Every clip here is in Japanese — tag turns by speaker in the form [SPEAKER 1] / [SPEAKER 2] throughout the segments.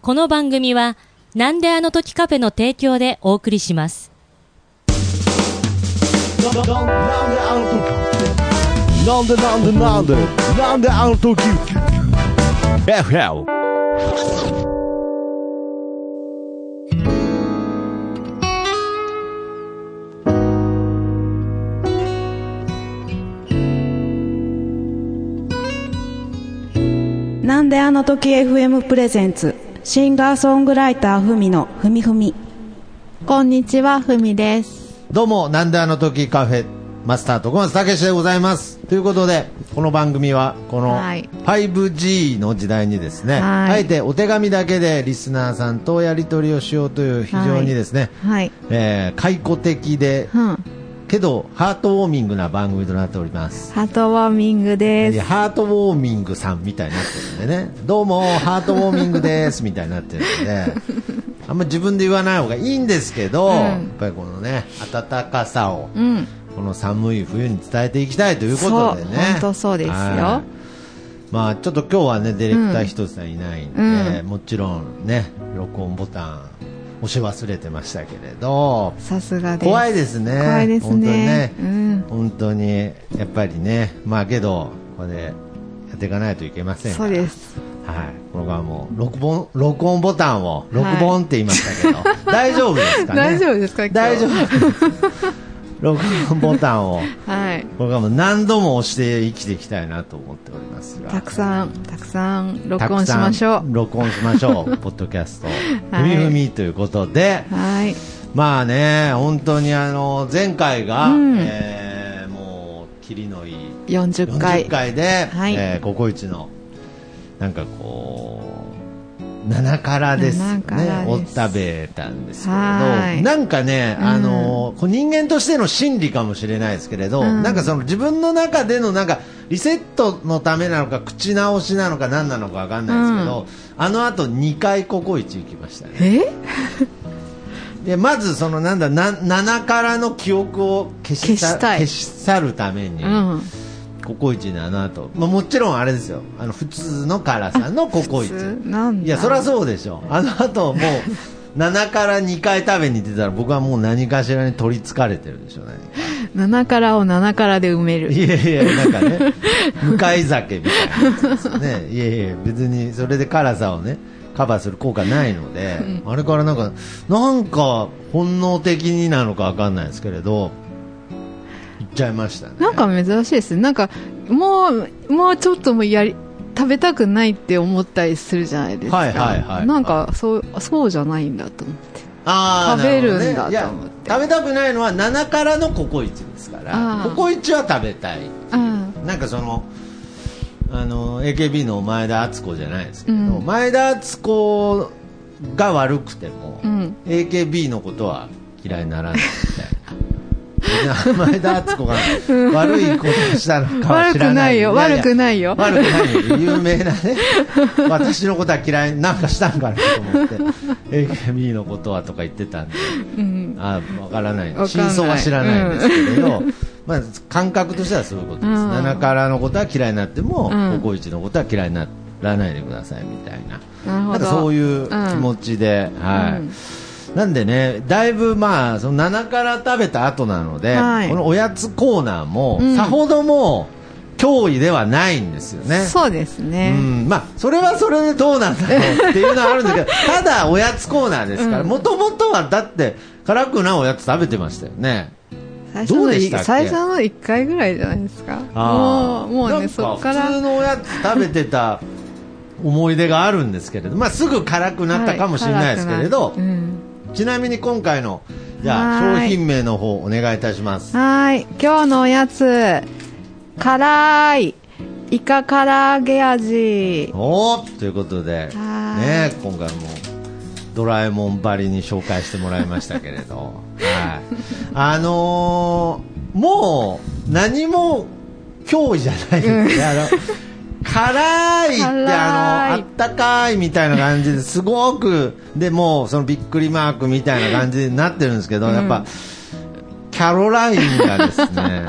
[SPEAKER 1] この番組は、なんであの時カフェの提供でお送りします。
[SPEAKER 2] なんであの時なんでなんでなんでなんであの時 FL
[SPEAKER 3] なんであの時 FM プレゼンツシンガーソングライターふみのふみふみ
[SPEAKER 4] こんにちは、ふみです。
[SPEAKER 5] どうも、なんであの時カフェ、マスター徳松武史でございます。ということで、この番組は、この
[SPEAKER 4] はい
[SPEAKER 5] 5G の時代にですね、
[SPEAKER 4] はい
[SPEAKER 5] あえてお手紙だけでリスナーさんとやり取りをしようという非常にですね、
[SPEAKER 4] はい。
[SPEAKER 5] えー解雇的で、
[SPEAKER 4] うん。ハ
[SPEAKER 5] けど、ハートウォーミングな番組となっております。
[SPEAKER 4] ートウォーミングで
[SPEAKER 5] いや
[SPEAKER 4] す。
[SPEAKER 5] ハートウォーミングさんみたいになってるんでね、どうも、ハートウォーミングですみたいになってるんで、あんま自分で言わない方がいいんですけど、やっぱりこのね、温かさを、
[SPEAKER 4] うん。
[SPEAKER 5] この寒い冬に伝えていきたいということでね
[SPEAKER 4] そう本当そうですよ
[SPEAKER 5] はいまあちょっと今日はねディレクターひとつさんいないんで、
[SPEAKER 4] うんうん
[SPEAKER 5] もちろんね録音ボタン押し忘れてましたけれど
[SPEAKER 4] さすがです。
[SPEAKER 5] 怖いですね
[SPEAKER 4] 怖いですね
[SPEAKER 5] 本当にね、
[SPEAKER 4] うん
[SPEAKER 5] 本当にやっぱりねまあけどこれやっていかないといけませんか
[SPEAKER 4] そ
[SPEAKER 5] ら
[SPEAKER 4] うです。
[SPEAKER 5] はい、これはもう録音録音ボタンを録音って言いましたけど、 大丈夫ですかね
[SPEAKER 4] 大丈夫ですか今日
[SPEAKER 5] 大丈夫録音ボタンを
[SPEAKER 4] はい。
[SPEAKER 5] これからも何度も押して生きていきたいなと思っておりますが
[SPEAKER 4] たくさん、たくさん録
[SPEAKER 5] たく
[SPEAKER 4] 音し
[SPEAKER 5] さん
[SPEAKER 4] ましょう。
[SPEAKER 5] 録音しましょ うポッドキャストふみふみということで
[SPEAKER 4] はい。
[SPEAKER 5] まあね本当にあの前回が、
[SPEAKER 4] うん
[SPEAKER 5] えーもうキリのいい
[SPEAKER 4] 40回。
[SPEAKER 5] 40回で、
[SPEAKER 4] はい
[SPEAKER 5] えーココイチのなんかこう7からです
[SPEAKER 4] 七
[SPEAKER 5] ね
[SPEAKER 4] から
[SPEAKER 5] お
[SPEAKER 4] です
[SPEAKER 5] 食べたんですけれど
[SPEAKER 4] はい
[SPEAKER 5] なんかね、あのこう人間としての心理かもしれないですけれど、
[SPEAKER 4] ん
[SPEAKER 5] なんかその自分の中でのなんかリセットのためなのか口直しなのか何なのかわかんないですけど、あのあと2回ココイチ行きましたね
[SPEAKER 4] え
[SPEAKER 5] でまずそのなんだな7からの記憶を消し
[SPEAKER 4] 消したい
[SPEAKER 5] 消し去るために、
[SPEAKER 4] うん。
[SPEAKER 5] ココイチだなと、まあ、もちろんあれですよあの普通の辛さのココイチ
[SPEAKER 4] 普通なんだ
[SPEAKER 5] いやそりゃそうでしょあの後もう7から2回食べに出たら僕はもう何かしらに取りつかれてるでしょ何か
[SPEAKER 4] 7からを7からで埋める。
[SPEAKER 5] いやいやなんか ね向かい酒みたいなやつですよねいやいや別にそれで辛さをねカバーする効果ないので、あれからなんかなんか本能的になのかわかんないですけれどいっちゃいましたね
[SPEAKER 4] なんか珍しいですね。なんか、もう、もうちょっともうやり、食べたくないって思ったりするじゃないですか。
[SPEAKER 5] はいはいはい
[SPEAKER 4] なんか、そう、そうじゃないんだと思って。
[SPEAKER 5] あー
[SPEAKER 4] 食べるんだ
[SPEAKER 5] なほどねいや
[SPEAKER 4] と思って
[SPEAKER 5] 食べたくないのは7からのココイチですか
[SPEAKER 4] あ
[SPEAKER 5] ら
[SPEAKER 4] ー
[SPEAKER 5] ココイチは食べたい
[SPEAKER 4] うん。
[SPEAKER 5] なんかそのあの AKB の前田敦子じゃないですけど、
[SPEAKER 4] うん
[SPEAKER 5] 前田敦子が悪くても、
[SPEAKER 4] うん
[SPEAKER 5] AKB のことは嫌いにならない みたいな前田敦子が悪いことをしたのかは
[SPEAKER 4] 悪
[SPEAKER 5] 知ら
[SPEAKER 4] く
[SPEAKER 5] な
[SPEAKER 4] ないいよ、
[SPEAKER 5] やや
[SPEAKER 4] 悪くないよ。
[SPEAKER 5] 悪くない有名なね私のことは嫌いなんかしたんかなと思って AKB のことはとか言ってたんで、あわからない
[SPEAKER 4] かんない
[SPEAKER 5] 真相は知らないんですけれど、まあ、感覚としてはそういうことです、
[SPEAKER 4] うん
[SPEAKER 5] 7からのことは嫌いになっても、
[SPEAKER 4] うん
[SPEAKER 5] ココイチのことは嫌いにならないでくださいみたいな。
[SPEAKER 4] なる
[SPEAKER 5] な
[SPEAKER 4] ほ
[SPEAKER 5] んかそ
[SPEAKER 4] ど
[SPEAKER 5] う。いう気持ちで、はい、なんでね、だいぶまあその7から食べた後なので、
[SPEAKER 4] はい
[SPEAKER 5] このおやつコーナーも、
[SPEAKER 4] うん
[SPEAKER 5] さほどもう脅威ではないんですよね。
[SPEAKER 4] そうです
[SPEAKER 5] う
[SPEAKER 4] ね。
[SPEAKER 5] んまあ、それはそれでどうなんだろうっていうのはあるん だけどただ、おやつコーナーですからもともとはだって辛くないおやつ食べてましたよね。
[SPEAKER 4] 最初
[SPEAKER 5] どう
[SPEAKER 4] の
[SPEAKER 5] でしたっけ
[SPEAKER 4] 最初の1回ぐらいじゃないですか。も
[SPEAKER 5] あ
[SPEAKER 4] う、
[SPEAKER 5] ー
[SPEAKER 4] もう
[SPEAKER 5] な
[SPEAKER 4] ね、
[SPEAKER 5] ん
[SPEAKER 4] そっから。
[SPEAKER 5] 普通のおやつ食べてた思い出があるんですけれど、まあ、すぐ辛くなったかもしれないですけれど、
[SPEAKER 4] はい辛くなるうん
[SPEAKER 5] ちなみに今回のじゃあ
[SPEAKER 4] はーい
[SPEAKER 5] 商品名の方お願いいたします。
[SPEAKER 4] はい。今日のおやつ、辛い、イカ唐揚げ味。
[SPEAKER 5] おーということで、
[SPEAKER 4] ーい
[SPEAKER 5] ね、今回もドラえもんばりに紹介してもらいましたけれど、 はい、あのーもう何も脅威じゃないです ね。あの辛いって
[SPEAKER 4] 辛い
[SPEAKER 5] あのあったかいみたいな感じですごくでもうそのびっくりマークみたいな感じになってるんですけど、やっぱキャロラインがです ね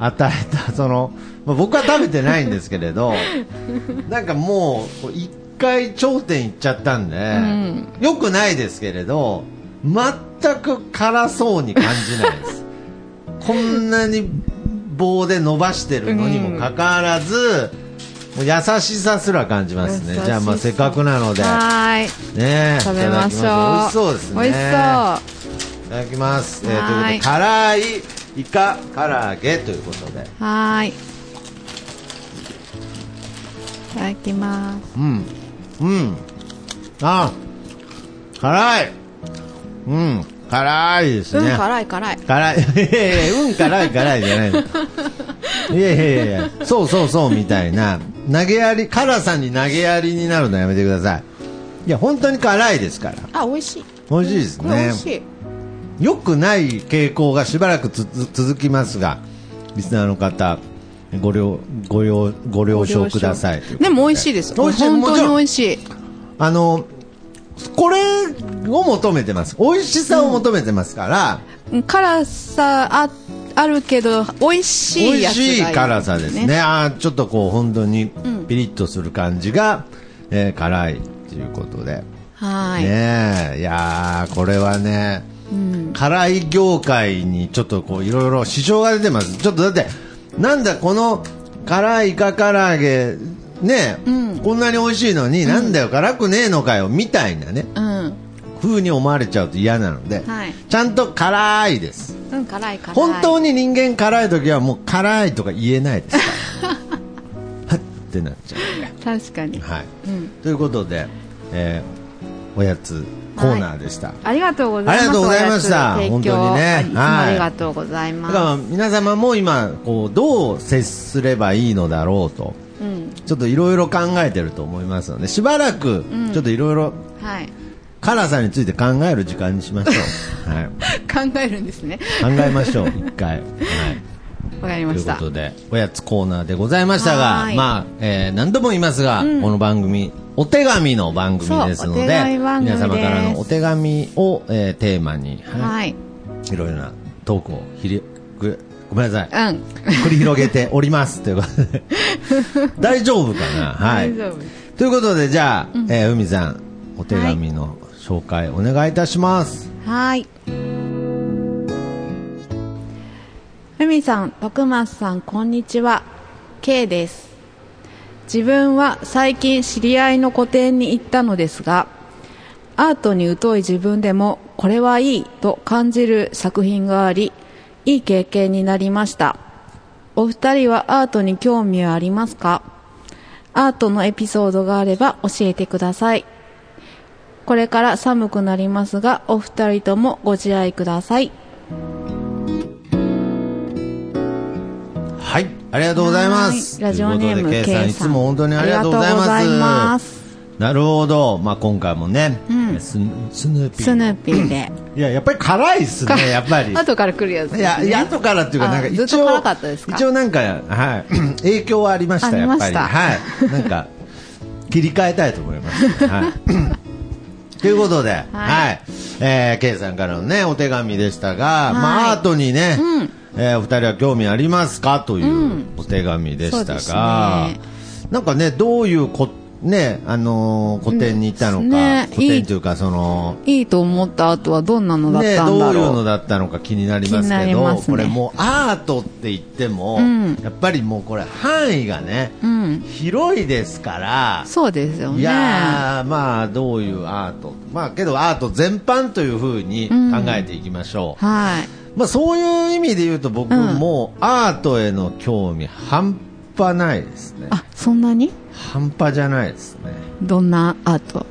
[SPEAKER 5] 与えたその、まあ、僕は食べてないんですけれどなんかもうこう一回頂点行っちゃったんで、よくないですけれど全く辛そうに感じないです こんなに棒で伸ばしてるのにもかかわらず、もう優しさすら感じますね
[SPEAKER 4] 優しさ
[SPEAKER 5] じゃあまあせっかくなので
[SPEAKER 4] はーい
[SPEAKER 5] ねえ
[SPEAKER 4] 食べ
[SPEAKER 5] いただきま
[SPEAKER 4] ましょう
[SPEAKER 5] しょう美味しそうですね
[SPEAKER 4] 美味し
[SPEAKER 5] いただきます、えー、と
[SPEAKER 4] はー
[SPEAKER 5] いう
[SPEAKER 4] い
[SPEAKER 5] ことで辛いイカ唐揚げということで
[SPEAKER 4] そうはーいいただきます
[SPEAKER 5] うん。うん。あ、辛い。うん。辛いですね。
[SPEAKER 4] い辛い
[SPEAKER 5] 辛い。いやいやうん、辛い、辛いじゃ ないの。いやいやいやいや、そうそうそうみたいな。投げやり、辛さに投げやりになるのやめてください。いや、本当に辛いですから。
[SPEAKER 4] あ美味しい
[SPEAKER 5] 美味しいですね。
[SPEAKER 4] い
[SPEAKER 5] 良くない傾向がしばらくつづ続きますが、リスナーの方、ご了、ご了、ご了承ください。
[SPEAKER 4] でも美味しいです
[SPEAKER 5] 美味しい
[SPEAKER 4] 本当に
[SPEAKER 5] もちろん
[SPEAKER 4] 美味しい
[SPEAKER 5] あの、これを求めてます。美味しさを求めてますから、
[SPEAKER 4] うん辛さああるけど美味しい
[SPEAKER 5] 美
[SPEAKER 4] やつが
[SPEAKER 5] 味しい辛さですね。
[SPEAKER 4] いい
[SPEAKER 5] あーちょっとこう本当にピリッとする感じが、えー辛いということで。
[SPEAKER 4] はーい、
[SPEAKER 5] ねえ、いやーこれはね、辛い業界にちょっとこういろいろ支障が出てます。ちょっとだって、なんだこの辛いイカ唐揚げ、ねえ、こんなに美味しいのに、なんだよ辛くねえのかよ、みたいなね。
[SPEAKER 4] うん
[SPEAKER 5] 風に思われちゃうと嫌なので、
[SPEAKER 4] はい
[SPEAKER 5] ちゃんと辛いです
[SPEAKER 4] うん、辛い辛い
[SPEAKER 5] 本当に人間辛い時はもう辛いとか言えない ですはっってなっちゃ
[SPEAKER 4] 確かに
[SPEAKER 5] う、はい
[SPEAKER 4] うん
[SPEAKER 5] ということで、えーおやつコーナーでした、
[SPEAKER 4] ありがとうございます
[SPEAKER 5] ありがとうございました
[SPEAKER 4] おやつ提供
[SPEAKER 5] 本当にね
[SPEAKER 4] あいつも
[SPEAKER 5] はい
[SPEAKER 4] ありがとうござい
[SPEAKER 5] だか
[SPEAKER 4] ま
[SPEAKER 5] ら皆様も今こうどう接すればいいのだろうと
[SPEAKER 4] すうん
[SPEAKER 5] ちょっといろいろ考えてると思いますのでしばらくちょっといろいろ
[SPEAKER 4] はい
[SPEAKER 5] 辛さについて考える時間にしましょう、 はい、
[SPEAKER 4] 考えるんですね
[SPEAKER 5] 考えましょう一回、はい
[SPEAKER 4] わかりま
[SPEAKER 5] とい
[SPEAKER 4] し
[SPEAKER 5] うこ
[SPEAKER 4] た
[SPEAKER 5] とでおやつコーナーでございました
[SPEAKER 4] は
[SPEAKER 5] が
[SPEAKER 4] ーい
[SPEAKER 5] まあ、えー何度も言いますが、この番組お手紙の番組ですので
[SPEAKER 4] そうお手紙番組
[SPEAKER 5] 皆
[SPEAKER 4] です
[SPEAKER 5] 様からのお手紙を、えーテーマに、は
[SPEAKER 4] はい
[SPEAKER 5] い、いろいろなトークをひりぐごめんなさい
[SPEAKER 4] うん
[SPEAKER 5] 繰り広げておりますということ で大丈夫かなはい
[SPEAKER 4] 大丈夫です
[SPEAKER 5] ということでじゃあ、えー海さんお手紙の紹介お願いいたします、
[SPEAKER 4] はい海さん徳松さんこんにちは K です自分は最近知り合いの個展に行ったのですがアートに疎い自分でもこれはいいと感じる作品がありいい経験になりましたお二人はアートに興味はありますかアートのエピソードがあれば教えてくださいこれから寒くなりますがお二人ともご自愛ください
[SPEAKER 5] はいありがとうございます
[SPEAKER 4] はいラジオネー
[SPEAKER 5] という
[SPEAKER 4] ム
[SPEAKER 5] ことで K さん
[SPEAKER 4] K
[SPEAKER 5] い
[SPEAKER 4] さん
[SPEAKER 5] つも本当にありがとうございます
[SPEAKER 4] ありがとうございます
[SPEAKER 5] なるほど、まあ、今回もね、ススヌーピー
[SPEAKER 4] スヌーピーで
[SPEAKER 5] いややっぱり辛いっすねやっぱり
[SPEAKER 4] 後から来るやつです
[SPEAKER 5] いやいや後からっていうか
[SPEAKER 4] あ
[SPEAKER 5] なんか一応
[SPEAKER 4] ずっと辛かったですか
[SPEAKER 5] 一応なんか、はい、影響はありました
[SPEAKER 4] あり
[SPEAKER 5] やっ
[SPEAKER 4] ま
[SPEAKER 5] ぱ
[SPEAKER 4] し
[SPEAKER 5] り
[SPEAKER 4] た
[SPEAKER 5] はいなんか切り替えたいと思います、 はい、ということで、はいえー、K さんからのねお手紙でしたが、まあ、アートにね、えーお二人は興味ありますかというお手紙でしたが、
[SPEAKER 4] そうで
[SPEAKER 5] なんかねどういうこねあのー個展に行ったのか、
[SPEAKER 4] うんね
[SPEAKER 5] 個展というかその
[SPEAKER 4] いいと思った後はどんなのだっ
[SPEAKER 5] ね、
[SPEAKER 4] たん
[SPEAKER 5] ど
[SPEAKER 4] だ
[SPEAKER 5] ういう
[SPEAKER 4] ろ
[SPEAKER 5] の
[SPEAKER 4] う,、
[SPEAKER 5] だったのか気になります
[SPEAKER 4] 気にな
[SPEAKER 5] け
[SPEAKER 4] り
[SPEAKER 5] ど
[SPEAKER 4] ますね
[SPEAKER 5] これもうアートって言っても、
[SPEAKER 4] ん
[SPEAKER 5] やっぱりもうこれ範囲がね、
[SPEAKER 4] うん
[SPEAKER 5] 広いですから、
[SPEAKER 4] そうですよね
[SPEAKER 5] いやーまあどういうアートまあけどアート全般というふうに考えていきましょう、
[SPEAKER 4] はい
[SPEAKER 5] まあ、そういう意味で言うと僕もアートへの興味半端ないですね
[SPEAKER 4] あそんなに
[SPEAKER 5] 半端じゃないですね
[SPEAKER 4] どんなアート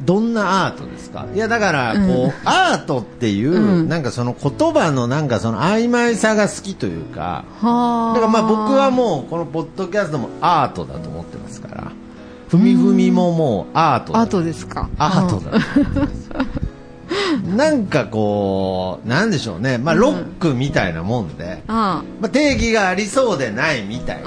[SPEAKER 5] どんなアートですかいやだからこう、アートっていう、なんかその言葉のなんかその曖昧さが好きというかだ
[SPEAKER 4] はあ
[SPEAKER 5] からまあ僕はもうこのポッドキャストもアートだと思ってますからふみふみももうアートだ
[SPEAKER 4] アートですか
[SPEAKER 5] アートだと思ってます なんかこうなんでしょうねまあロックみたいなもんで、
[SPEAKER 4] あ
[SPEAKER 5] まあ、定義がありそうでないみたい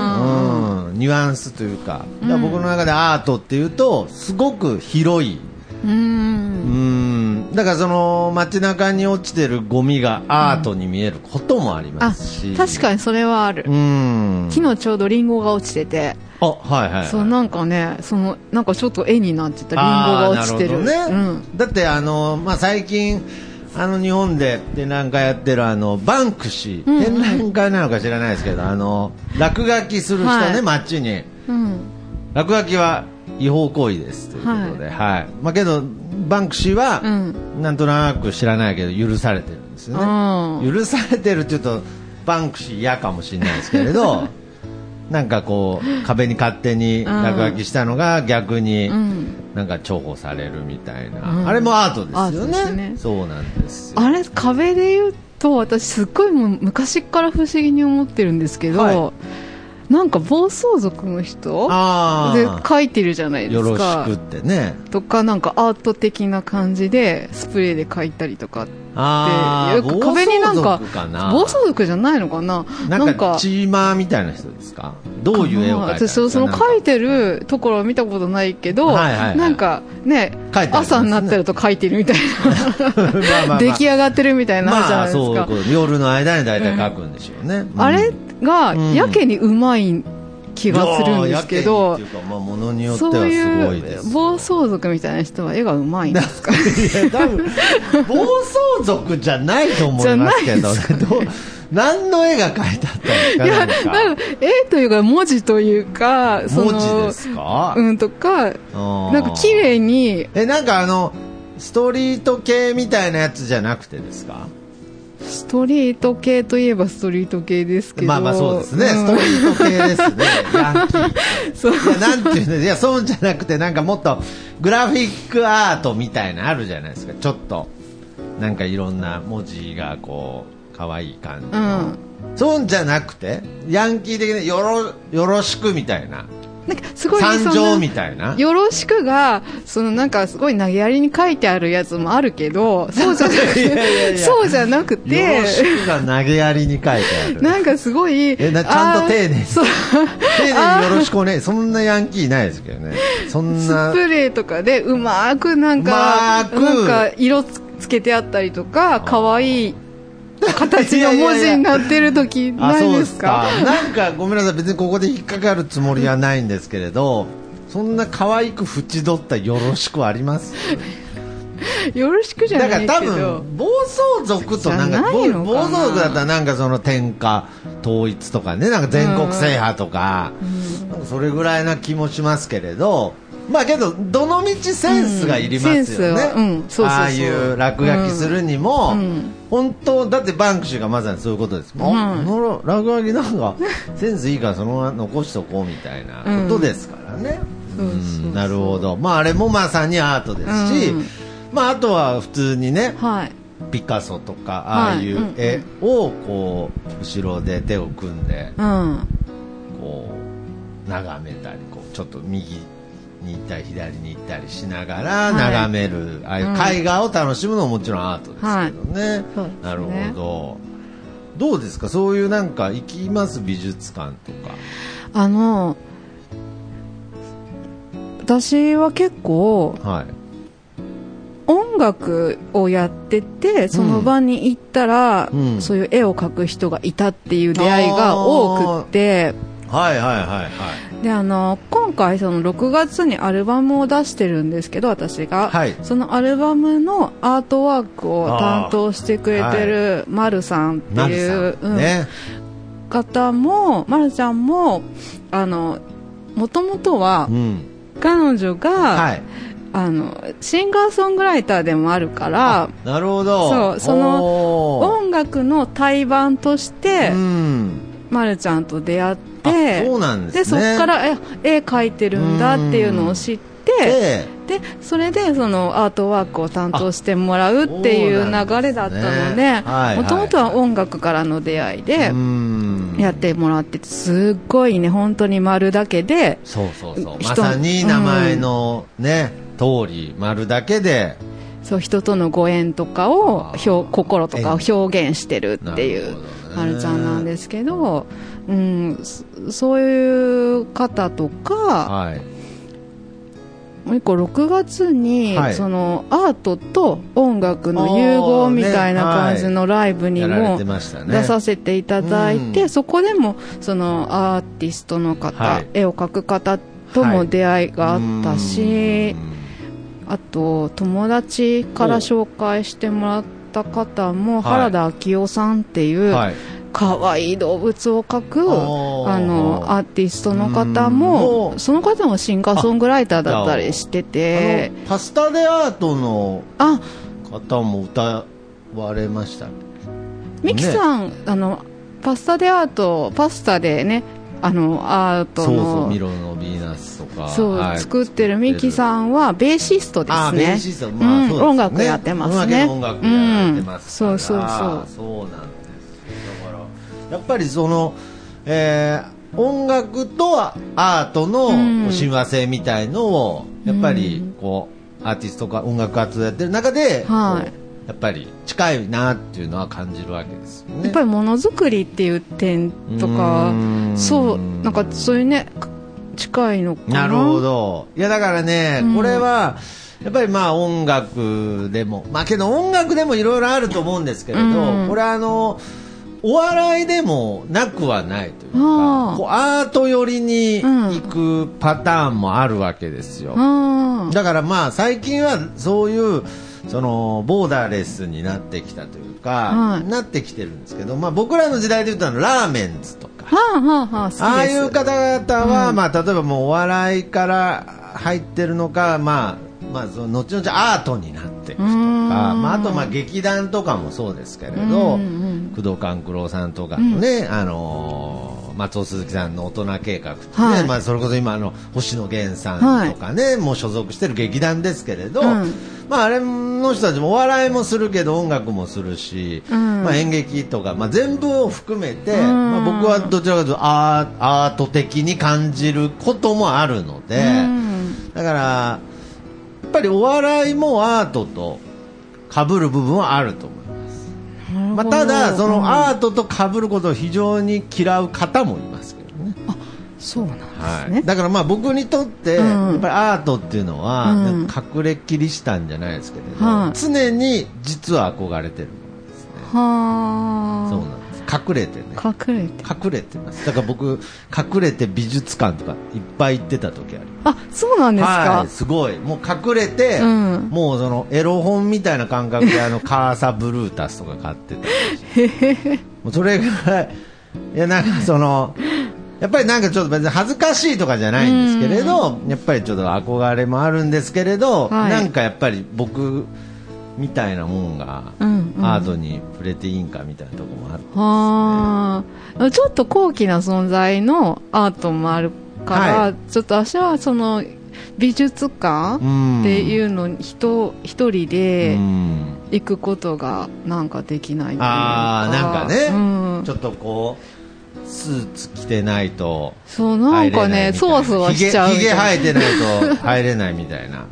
[SPEAKER 5] なね、うん、ニュアンスというかだから僕の中でアートっていうとすごく広い
[SPEAKER 4] うんうん
[SPEAKER 5] うんだからその街中に落ちてるゴミがアートに見えることもありま
[SPEAKER 4] あ
[SPEAKER 5] すし、
[SPEAKER 4] 確かにそれはある、
[SPEAKER 5] うん
[SPEAKER 4] 昨日ちょうどリンゴが落ちてて
[SPEAKER 5] あ、はいはい、はい。
[SPEAKER 4] そうなんかねそのなんかちょっと絵になってたリンゴが落ちて
[SPEAKER 5] あ
[SPEAKER 4] る
[SPEAKER 5] ーなるほ
[SPEAKER 4] う
[SPEAKER 5] どね
[SPEAKER 4] ん、
[SPEAKER 5] だってあの、まあ、最近あの日本で展覧会やってるあのバンクシー、展覧会なのか知らないですけどあの落書きする人ね、
[SPEAKER 4] はい
[SPEAKER 5] 街に
[SPEAKER 4] うん、
[SPEAKER 5] 落書きは違法行為ですということで、はいまあ、けどバンクシーは、
[SPEAKER 4] う
[SPEAKER 5] なんとなく知らないけど許されてるんですよね許されてるって言うとバンクシー嫌かもしれないですけれ どなんかこう壁に勝手に落書きしたのが逆になんか重宝されるみたいな、あれもアートですよ
[SPEAKER 4] アートで
[SPEAKER 5] ね
[SPEAKER 4] すね
[SPEAKER 5] そうなんですよ
[SPEAKER 4] あれ壁で言うと私すっごいもう昔から不思議に思ってるんですけど、
[SPEAKER 5] は
[SPEAKER 4] なんか暴走族の人
[SPEAKER 5] あ
[SPEAKER 4] で
[SPEAKER 5] あ
[SPEAKER 4] 書いてるじゃないで
[SPEAKER 5] よ
[SPEAKER 4] す
[SPEAKER 5] ろし
[SPEAKER 4] か
[SPEAKER 5] くってね
[SPEAKER 4] とかなんかアート的な感じでスプレーで書いたりとかって
[SPEAKER 5] あ
[SPEAKER 4] よ
[SPEAKER 5] あ
[SPEAKER 4] く壁になんか
[SPEAKER 5] 暴走族かな
[SPEAKER 4] 暴走族じゃないのかな
[SPEAKER 5] なんかチーマーみたいな人ですかどういう絵を描いたんです
[SPEAKER 4] 私
[SPEAKER 5] か
[SPEAKER 4] その書いてるところは見たことないけど、
[SPEAKER 5] はいはいはい
[SPEAKER 4] なんか
[SPEAKER 5] 書いてあ
[SPEAKER 4] ね
[SPEAKER 5] りますね
[SPEAKER 4] 朝になってると書いてるみたい
[SPEAKER 5] なんか まあまあま
[SPEAKER 4] な
[SPEAKER 5] あ
[SPEAKER 4] 出来上がってるみたいなのあるじ
[SPEAKER 5] ま
[SPEAKER 4] ゃな
[SPEAKER 5] あ
[SPEAKER 4] いです
[SPEAKER 5] そういう
[SPEAKER 4] か、
[SPEAKER 5] こと夜の間に大体書くんでしょうね、うん
[SPEAKER 4] あれが
[SPEAKER 5] うん
[SPEAKER 4] やけにうまい気がするんですけど
[SPEAKER 5] いやーやけにっていうかまあものによっては
[SPEAKER 4] そう
[SPEAKER 5] すごい
[SPEAKER 4] い
[SPEAKER 5] で
[SPEAKER 4] う
[SPEAKER 5] す
[SPEAKER 4] 暴走族みたいな人は絵がうまいんですか
[SPEAKER 5] いや多分暴走族じゃないと思いますけどねどう何の絵が描いてあったんですか
[SPEAKER 4] いや
[SPEAKER 5] なんか
[SPEAKER 4] なんか 絵というか文字というかその
[SPEAKER 5] 文字ですか、
[SPEAKER 4] うんとか
[SPEAKER 5] あー
[SPEAKER 4] なんか綺麗に
[SPEAKER 5] えなんかあのストリート系みたいなやつじゃなくてですか
[SPEAKER 4] ストリート系といえばストリート系ですけど
[SPEAKER 5] まあまあそうですね、ス
[SPEAKER 4] ん
[SPEAKER 5] トリート系ですねヤンキー
[SPEAKER 4] そう
[SPEAKER 5] いや、なんていうの、いや、そうじゃなくて、なんかもっと、グラフィックアートみたいなあるじゃないですか、ちょっと。なんかいろんな文字がこう、可愛い感じの。そうんじゃなくて、ヤンキー的な、よろ、よろしくみたいな。
[SPEAKER 4] なんかすごい
[SPEAKER 5] 参
[SPEAKER 4] そん
[SPEAKER 5] 上
[SPEAKER 4] な
[SPEAKER 5] みたいな。
[SPEAKER 4] よろしくが、そのなんかすごい投げやりに書いてあるやつもあるけど、そうじゃなく
[SPEAKER 5] いやいやい
[SPEAKER 4] て、
[SPEAKER 5] や
[SPEAKER 4] そうじゃなくて、
[SPEAKER 5] よろしくが投げやりに書いてある。
[SPEAKER 4] なんかすごい、
[SPEAKER 5] えなちゃんと丁寧に
[SPEAKER 4] あーそう
[SPEAKER 5] 丁寧によろしくおね、そんなヤンキーいないですけどね。そん
[SPEAKER 4] ス
[SPEAKER 5] な。
[SPEAKER 4] プレーとかでうまーくな
[SPEAKER 5] う
[SPEAKER 4] ん
[SPEAKER 5] ま
[SPEAKER 4] か、
[SPEAKER 5] ーく
[SPEAKER 4] なんか色つけてあったりとか、可愛い形の文字になってる時
[SPEAKER 5] あ
[SPEAKER 4] ない
[SPEAKER 5] そう
[SPEAKER 4] で
[SPEAKER 5] ですす
[SPEAKER 4] か
[SPEAKER 5] かなんかごめんなさい別にここで引っかかるつもりはないんですけれどそんな可愛く縁取った「よろしく」あります
[SPEAKER 4] よろしくじゃ
[SPEAKER 5] だ
[SPEAKER 4] な
[SPEAKER 5] か
[SPEAKER 4] い
[SPEAKER 5] ら
[SPEAKER 4] けど。
[SPEAKER 5] 多分暴走族となん
[SPEAKER 4] じゃ
[SPEAKER 5] か
[SPEAKER 4] ないのか
[SPEAKER 5] 暴
[SPEAKER 4] な
[SPEAKER 5] 走族だったらなんかその天下統一とかねなんか全国制覇とか,、なんかそれぐらいな気もしますけれどまあけどどのみちセンスがいりますよね、
[SPEAKER 4] うんうんセンスはうんそうそうそう
[SPEAKER 5] ああいう落書きするにも、
[SPEAKER 4] ん
[SPEAKER 5] 本当だってバンクシーがまさにそういうことです、もん、あこの落書きなんかセンスいいからそのまま残しとこうみたいなことですからね、
[SPEAKER 4] そうそうそう
[SPEAKER 5] なるほど、まあ、あれもまさにアートですし、
[SPEAKER 4] うん
[SPEAKER 5] まあ、あとは普通にね、
[SPEAKER 4] はい。
[SPEAKER 5] ピカソとかああい
[SPEAKER 4] はいう
[SPEAKER 5] 絵をこう後ろで手を組んで
[SPEAKER 4] うん。
[SPEAKER 5] こう眺めたりこうちょっと右に行ったり左に行ったりしながら
[SPEAKER 4] い
[SPEAKER 5] 眺める、ああいう絵画を楽しむのももちろんアートですけどね,、
[SPEAKER 4] そうですね
[SPEAKER 5] なるほどどうですかそういうなんか行きます美術館とか
[SPEAKER 4] あの、私は結構、
[SPEAKER 5] はい
[SPEAKER 4] 音楽をやっててその場に行ったら、
[SPEAKER 5] うん
[SPEAKER 4] そういう絵を描く人がいたっていう出会いが多くって
[SPEAKER 5] はいはいはいはい
[SPEAKER 4] であの今回その6月にアルバムを出してるんですけど私が、
[SPEAKER 5] はい
[SPEAKER 4] そのアルバムのアートワークを担当してくれてるまるさんって
[SPEAKER 5] なる
[SPEAKER 4] いう、
[SPEAKER 5] さ
[SPEAKER 4] うん
[SPEAKER 5] んね、
[SPEAKER 4] 方もまるちゃんもあのもともとは
[SPEAKER 5] うん
[SPEAKER 4] 彼女が、
[SPEAKER 5] はい
[SPEAKER 4] あのシンガーソングライターでもあるから
[SPEAKER 5] なるほど
[SPEAKER 4] そうその
[SPEAKER 5] おー
[SPEAKER 4] 音楽の対バンとして、
[SPEAKER 5] うん
[SPEAKER 4] まるちゃんと出会っ
[SPEAKER 5] あ
[SPEAKER 4] て
[SPEAKER 5] そうなんですね
[SPEAKER 4] でそっからえ絵描いてるんだっていうのを知って
[SPEAKER 5] で
[SPEAKER 4] でそれでそのアートワークを担当してもらうっていう
[SPEAKER 5] あそうなんですね
[SPEAKER 4] 流れだったの
[SPEAKER 5] はいは
[SPEAKER 4] で
[SPEAKER 5] い
[SPEAKER 4] もともとは音楽からの出会いで
[SPEAKER 5] うん
[SPEAKER 4] やってもらっててすっごいね本当に丸だけで
[SPEAKER 5] そうそうそう
[SPEAKER 4] 人
[SPEAKER 5] まさに名前のね、通り丸だけで
[SPEAKER 4] そう人とのご縁とかを
[SPEAKER 5] あー
[SPEAKER 4] 表心とかを表現してるってい
[SPEAKER 5] なる
[SPEAKER 4] う
[SPEAKER 5] ほどね
[SPEAKER 4] まるちゃんなんですけど、うん、そそういう方とか
[SPEAKER 5] はい
[SPEAKER 4] もう一個6月に、
[SPEAKER 5] はい
[SPEAKER 4] そのアートと音楽の融合みたいな感じのライブに
[SPEAKER 5] やられ
[SPEAKER 4] も
[SPEAKER 5] てましたね
[SPEAKER 4] 出させていただいて、
[SPEAKER 5] うん
[SPEAKER 4] そこでもそのアーティストの方、
[SPEAKER 5] はい
[SPEAKER 4] 絵を描く方とも出会いがあったし、あと友達から紹介してもらった方も、
[SPEAKER 5] い
[SPEAKER 4] 原田昭夫さんっていう、
[SPEAKER 5] はい、
[SPEAKER 4] 可愛い動物を描く
[SPEAKER 5] おー
[SPEAKER 4] あのアーティストの方も
[SPEAKER 5] うん
[SPEAKER 4] その方もシンガーソングライターだったりしてて
[SPEAKER 5] あのパスタでアートの
[SPEAKER 4] あ
[SPEAKER 5] 方も歌われました
[SPEAKER 4] ミキさん、あのパスタでアートパスタでねあのアート
[SPEAKER 5] そうそう
[SPEAKER 4] の
[SPEAKER 5] ミロのヴィーナスとか
[SPEAKER 4] そう
[SPEAKER 5] はい
[SPEAKER 4] 作ってるミキさんはベーシストで
[SPEAKER 5] あ
[SPEAKER 4] す
[SPEAKER 5] ーベ
[SPEAKER 4] ね
[SPEAKER 5] ーシストまあ
[SPEAKER 4] うん
[SPEAKER 5] そうですね
[SPEAKER 4] 音楽やってますね
[SPEAKER 5] 音楽やってますから、
[SPEAKER 4] うんそうそうそう
[SPEAKER 5] そうなんですよだからやっぱりその、えー音楽とアート
[SPEAKER 4] うん
[SPEAKER 5] の親和性みたいのをやっぱりこう、アーティストが音楽活動やってる中で、
[SPEAKER 4] はい
[SPEAKER 5] こうやっぱり近いなっていうのは感じるわけですよね
[SPEAKER 4] やっぱりものづくりっていう点とか
[SPEAKER 5] うーん
[SPEAKER 4] そうなんかそういうね近いのかな
[SPEAKER 5] なるほど。いや、だからね、
[SPEAKER 4] うん
[SPEAKER 5] これは、やっぱりまあ音楽でも、まあけど音楽でもいろいろあると思うんですけれど、
[SPEAKER 4] うん
[SPEAKER 5] これあの、お笑いでもなくはないというか、
[SPEAKER 4] あー
[SPEAKER 5] こうアート寄りに行くパターンもあるわけですよ。
[SPEAKER 4] あー
[SPEAKER 5] だからまあ最近はそういうそのボーダーレスになってきたというか、
[SPEAKER 4] はい
[SPEAKER 5] なってきてるんですけど、まあ、僕らの時代で言うとあのラーメンズとか、
[SPEAKER 4] はあはあはあ好きです
[SPEAKER 5] ああいう方々は、まあ、例えばもうお笑いから入ってるのか、まあまあ、その後々アートになっていくとか、
[SPEAKER 4] うーん
[SPEAKER 5] まあ、あとまあ劇団とかもそうですけれど、
[SPEAKER 4] うんうん
[SPEAKER 5] 工藤官九郎さんとかのね、あのー松尾鈴木さんの大人計画とかね
[SPEAKER 4] はい
[SPEAKER 5] まあ、それこそ今あの星野源さんとかね、もう所属してる劇団ですけれど、
[SPEAKER 4] うん
[SPEAKER 5] まあ、あれの人たちもお笑いもするけど音楽もするし、
[SPEAKER 4] うん
[SPEAKER 5] まあ、演劇とか、まあ、全部を含めて、
[SPEAKER 4] ん
[SPEAKER 5] まあ、僕はどちらかというとアーアート的に感じることもあるので、
[SPEAKER 4] うん
[SPEAKER 5] だからやっぱりお笑いもアートと被る部分はあると思います、
[SPEAKER 4] なるほ
[SPEAKER 5] まあ、
[SPEAKER 4] ど
[SPEAKER 5] ただそ
[SPEAKER 4] うん
[SPEAKER 5] のアートと被ることを非常に嫌う方もいますけどね
[SPEAKER 4] そうなんです
[SPEAKER 5] は
[SPEAKER 4] ね
[SPEAKER 5] い、、だからまあ僕にとって、
[SPEAKER 4] うん
[SPEAKER 5] やっぱりアートっていうのは、
[SPEAKER 4] うん
[SPEAKER 5] なんか隠れキリシタンじゃないですけれど、
[SPEAKER 4] はい
[SPEAKER 5] 常に実は憧れてるものですね、
[SPEAKER 4] はあ
[SPEAKER 5] そうなんです隠れてね
[SPEAKER 4] 隠れて
[SPEAKER 5] 隠れてますだから僕隠れて美術館とかいっぱい行ってた時あります
[SPEAKER 4] あそうなんですか、
[SPEAKER 5] はい、すごいもう隠れて、
[SPEAKER 4] うん
[SPEAKER 5] もうそのエロ本みたいな感覚であのカーサ・ブルータスとか買ってた りしてもうそれぐらいいやなんかそのやっぱりなんかちょっと別に恥ずかしいとかじゃないんですけれどやっぱりちょっと憧れもあるんですけれど、
[SPEAKER 4] はい
[SPEAKER 5] なんかやっぱり僕みたいなもんが
[SPEAKER 4] うんうん
[SPEAKER 5] アートに触れていいんかみたいなとこもあって、
[SPEAKER 4] はあちょっと高貴な存在のアートもあるから、
[SPEAKER 5] はい
[SPEAKER 4] ちょっと私はその美術館
[SPEAKER 5] うん
[SPEAKER 4] っていうのに人一人で
[SPEAKER 5] うん
[SPEAKER 4] 行くことがなんかできないという
[SPEAKER 5] あーなんかね、
[SPEAKER 4] うん
[SPEAKER 5] ちょっとこうスーツ着てないと
[SPEAKER 4] そうな
[SPEAKER 5] 入
[SPEAKER 4] ん
[SPEAKER 5] れ
[SPEAKER 4] か
[SPEAKER 5] いみたい
[SPEAKER 4] ねそわそわしちゃう
[SPEAKER 5] ひげひげ生
[SPEAKER 4] い
[SPEAKER 5] えてないと入れないみたいな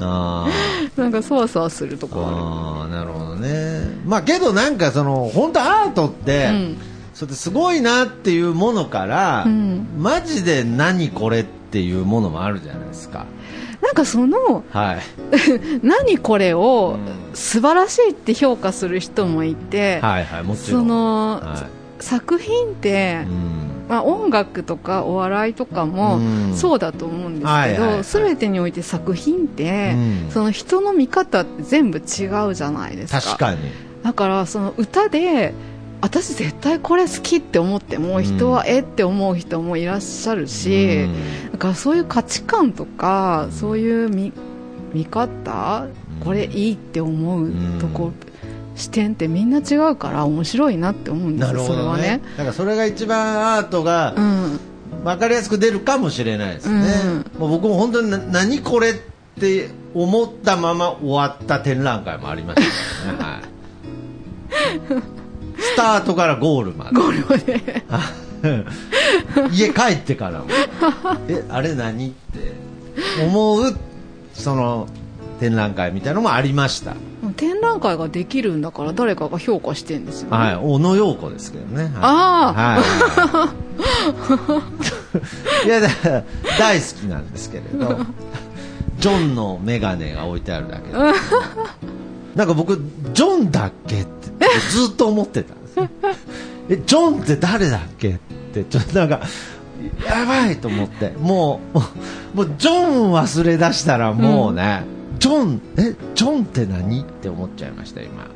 [SPEAKER 5] あー
[SPEAKER 4] なんかそわそわするとこあ
[SPEAKER 5] あーなるほどねまあけどなんかその本当アートって、
[SPEAKER 4] うん
[SPEAKER 5] それですごいなっていうものから、
[SPEAKER 4] うん
[SPEAKER 5] マジで何これっていうものもあるじゃないですか
[SPEAKER 4] るなんかその
[SPEAKER 5] はい
[SPEAKER 4] 何これを
[SPEAKER 5] う
[SPEAKER 4] 素晴らしいって評価する人もいて、
[SPEAKER 5] はいはいもちろ
[SPEAKER 4] そ
[SPEAKER 5] ん
[SPEAKER 4] の、
[SPEAKER 5] は
[SPEAKER 4] 作品って、
[SPEAKER 5] いうん
[SPEAKER 4] まあ、音楽とかお笑いとかも
[SPEAKER 5] うん
[SPEAKER 4] そうだと思うんですけど、
[SPEAKER 5] はいはいはい
[SPEAKER 4] 全てにおいて作品って、
[SPEAKER 5] うん
[SPEAKER 4] その人の見方って全部違うじゃないですか
[SPEAKER 5] 確かに
[SPEAKER 4] だからその歌で私絶対これ好きって思ってもう人はえって思う人もいらっしゃるし、
[SPEAKER 5] うん
[SPEAKER 4] だからそういう価値観とかそういう見見方これいいって思うとこ、
[SPEAKER 5] うん
[SPEAKER 4] 視点ってみんな違うから面白いなって思うんです
[SPEAKER 5] なる
[SPEAKER 4] よ、
[SPEAKER 5] ほ
[SPEAKER 4] それ
[SPEAKER 5] ど
[SPEAKER 4] はね
[SPEAKER 5] ね。だからそれが一番アートが
[SPEAKER 4] うん
[SPEAKER 5] 分かりやすく出るかもしれないですね、もう僕も本当にな何これって思ったまま終わった展覧会もありました からね、はいスタートからゴールまで
[SPEAKER 4] ゴールまで
[SPEAKER 5] 家帰ってから もえあれ何って思うその展覧会みたいなのもありました、
[SPEAKER 4] 展覧会ができるんだから誰かが評価してんですよね、
[SPEAKER 5] はい、小野陽子ですけどね、はい
[SPEAKER 4] ああ
[SPEAKER 5] はい、いやだから大好きなんですけれどジョンのメガネが置いてあるだ けでなんか僕ジョンだっけってずっと思ってたんですよえジョンって誰だっけってちょっとなんかやばいと思ってもうもうもうジョン忘れ出したらもうね、ジョンえジョンって何って思っちゃいました今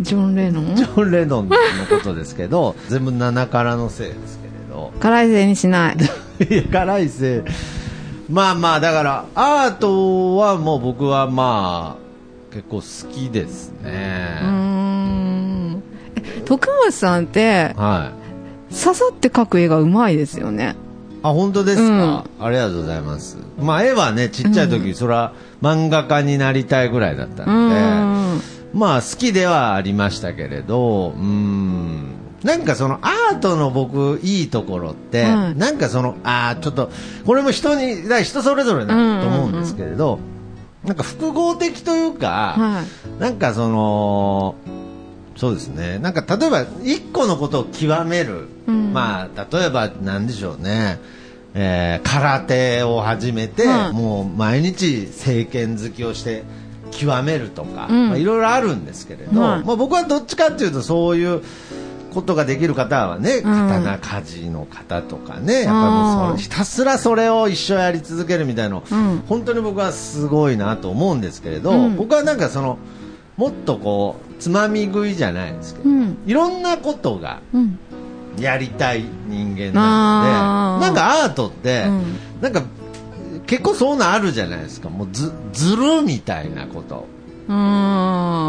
[SPEAKER 4] ジョン・レノン
[SPEAKER 5] ジョン・レノンのことですけど全部7からのせいですけれど
[SPEAKER 4] 辛いせいにし ない
[SPEAKER 5] いや辛いせいまあまあだからアートはもう僕はまあ結構好きです
[SPEAKER 4] うー
[SPEAKER 5] ね、
[SPEAKER 4] んえ徳松さんって
[SPEAKER 5] はい
[SPEAKER 4] 刺さって描く絵がうまいですよね
[SPEAKER 5] あ本当ですか、ありがとうございますまあ絵はねちっちゃい時、そら漫画家になりたいぐらいだった
[SPEAKER 4] うー
[SPEAKER 5] ので、
[SPEAKER 4] ん
[SPEAKER 5] まあ好きではありましたけれど、うーん。なんかそのアートの僕いいところって、
[SPEAKER 4] はい
[SPEAKER 5] なんかその、ああ、ちょっと、これも人に、だから人それぞれだと思うんですけれど、なんか複合的というか、
[SPEAKER 4] はい
[SPEAKER 5] なんかその、そうですね。なんか例えば一個のことを極める。まあ例えばなんでしょうね。えー空手を始めて、
[SPEAKER 4] はい
[SPEAKER 5] もう毎日聖剣好きをして極めるとか、
[SPEAKER 4] うん
[SPEAKER 5] まあいろいろあるんですけれど、
[SPEAKER 4] はい
[SPEAKER 5] まあ僕はどっちかっていうとそういうことができる方はね、刀鍛冶の方とかね、やっぱもうそ
[SPEAKER 4] あー
[SPEAKER 5] のひたすらそれを一生やり続けるみたいなの、
[SPEAKER 4] うん
[SPEAKER 5] 本当に僕はすごいなと思うんですけれど、
[SPEAKER 4] うん
[SPEAKER 5] 僕はなんかそのもっとこうつまみ食いじゃないですけど、
[SPEAKER 4] うん
[SPEAKER 5] いろんなことが
[SPEAKER 4] うん
[SPEAKER 5] やりたい人間なので
[SPEAKER 4] あ
[SPEAKER 5] な
[SPEAKER 4] ー
[SPEAKER 5] んかアートって、
[SPEAKER 4] うん
[SPEAKER 5] なんか結構そうなんあるじゃないですかもうずずるみたいなこと
[SPEAKER 4] うー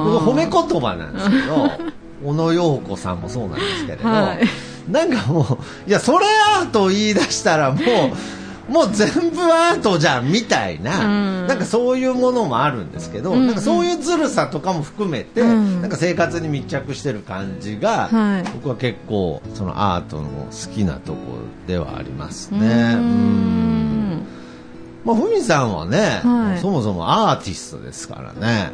[SPEAKER 4] ん
[SPEAKER 5] 僕褒め言葉なんですけど小野陽子さんもそうなんですけれど、
[SPEAKER 4] はい
[SPEAKER 5] なんかもういやそれアートを言い出したらもうもう全部アートじゃんみたいな,、
[SPEAKER 4] うん
[SPEAKER 5] なんかそういうものもあるんですけど、
[SPEAKER 4] うんうん
[SPEAKER 5] なんかそういうずるさとかも含めて、
[SPEAKER 4] うん
[SPEAKER 5] なんか生活に密着してる感じが、
[SPEAKER 4] はい
[SPEAKER 5] 僕は結構そのアートの好きなところではありますね。
[SPEAKER 4] うー
[SPEAKER 5] うん
[SPEAKER 4] ん
[SPEAKER 5] まあ、ふみさんはね、
[SPEAKER 4] はい
[SPEAKER 5] そもそもアーティストですからね。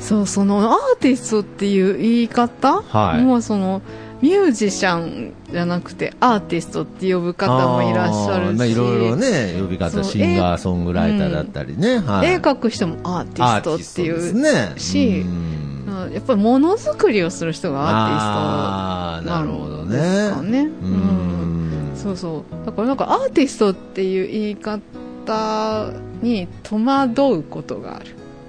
[SPEAKER 4] そうそのアーティストっていう言い方、
[SPEAKER 5] はい
[SPEAKER 4] もうそのミュージシャンじゃなくてアーティストって呼ぶ方もいらっしゃ
[SPEAKER 5] あ
[SPEAKER 4] る
[SPEAKER 5] ー
[SPEAKER 4] し、
[SPEAKER 5] まあ、いろいろね呼び
[SPEAKER 4] そう
[SPEAKER 5] 方シンガーソングライターだったりね、はい、
[SPEAKER 4] 絵描く人もアーティスト
[SPEAKER 5] アーテ
[SPEAKER 4] ってい
[SPEAKER 5] ィス
[SPEAKER 4] う
[SPEAKER 5] トですね
[SPEAKER 4] し
[SPEAKER 5] うん
[SPEAKER 4] うんやっぱりものづくりをする人がア
[SPEAKER 5] あ
[SPEAKER 4] ー
[SPEAKER 5] ー
[SPEAKER 4] ティストな
[SPEAKER 5] なるほど
[SPEAKER 4] ん
[SPEAKER 5] ね
[SPEAKER 4] ですかね。
[SPEAKER 5] う
[SPEAKER 4] うん
[SPEAKER 5] ん
[SPEAKER 4] そうそうだからなんかアーティストっていう言い方に戸惑うことがある。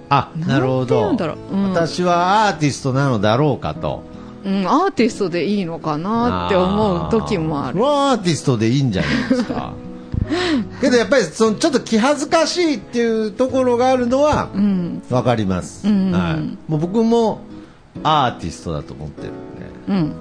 [SPEAKER 5] あなるほど
[SPEAKER 4] なんて言うんだろううん
[SPEAKER 5] 私はアーティストなのだろうかと
[SPEAKER 4] うん、アーティストでいいのかなって思う時もある
[SPEAKER 5] ー。アーティストでいいんじゃないです かけどやっぱりそのちょっと気恥ずかしいっていうところがあるのは
[SPEAKER 4] うん、
[SPEAKER 5] わかります、
[SPEAKER 4] うん
[SPEAKER 5] はい、もう僕もアーティストだと思ってるんで
[SPEAKER 4] うん。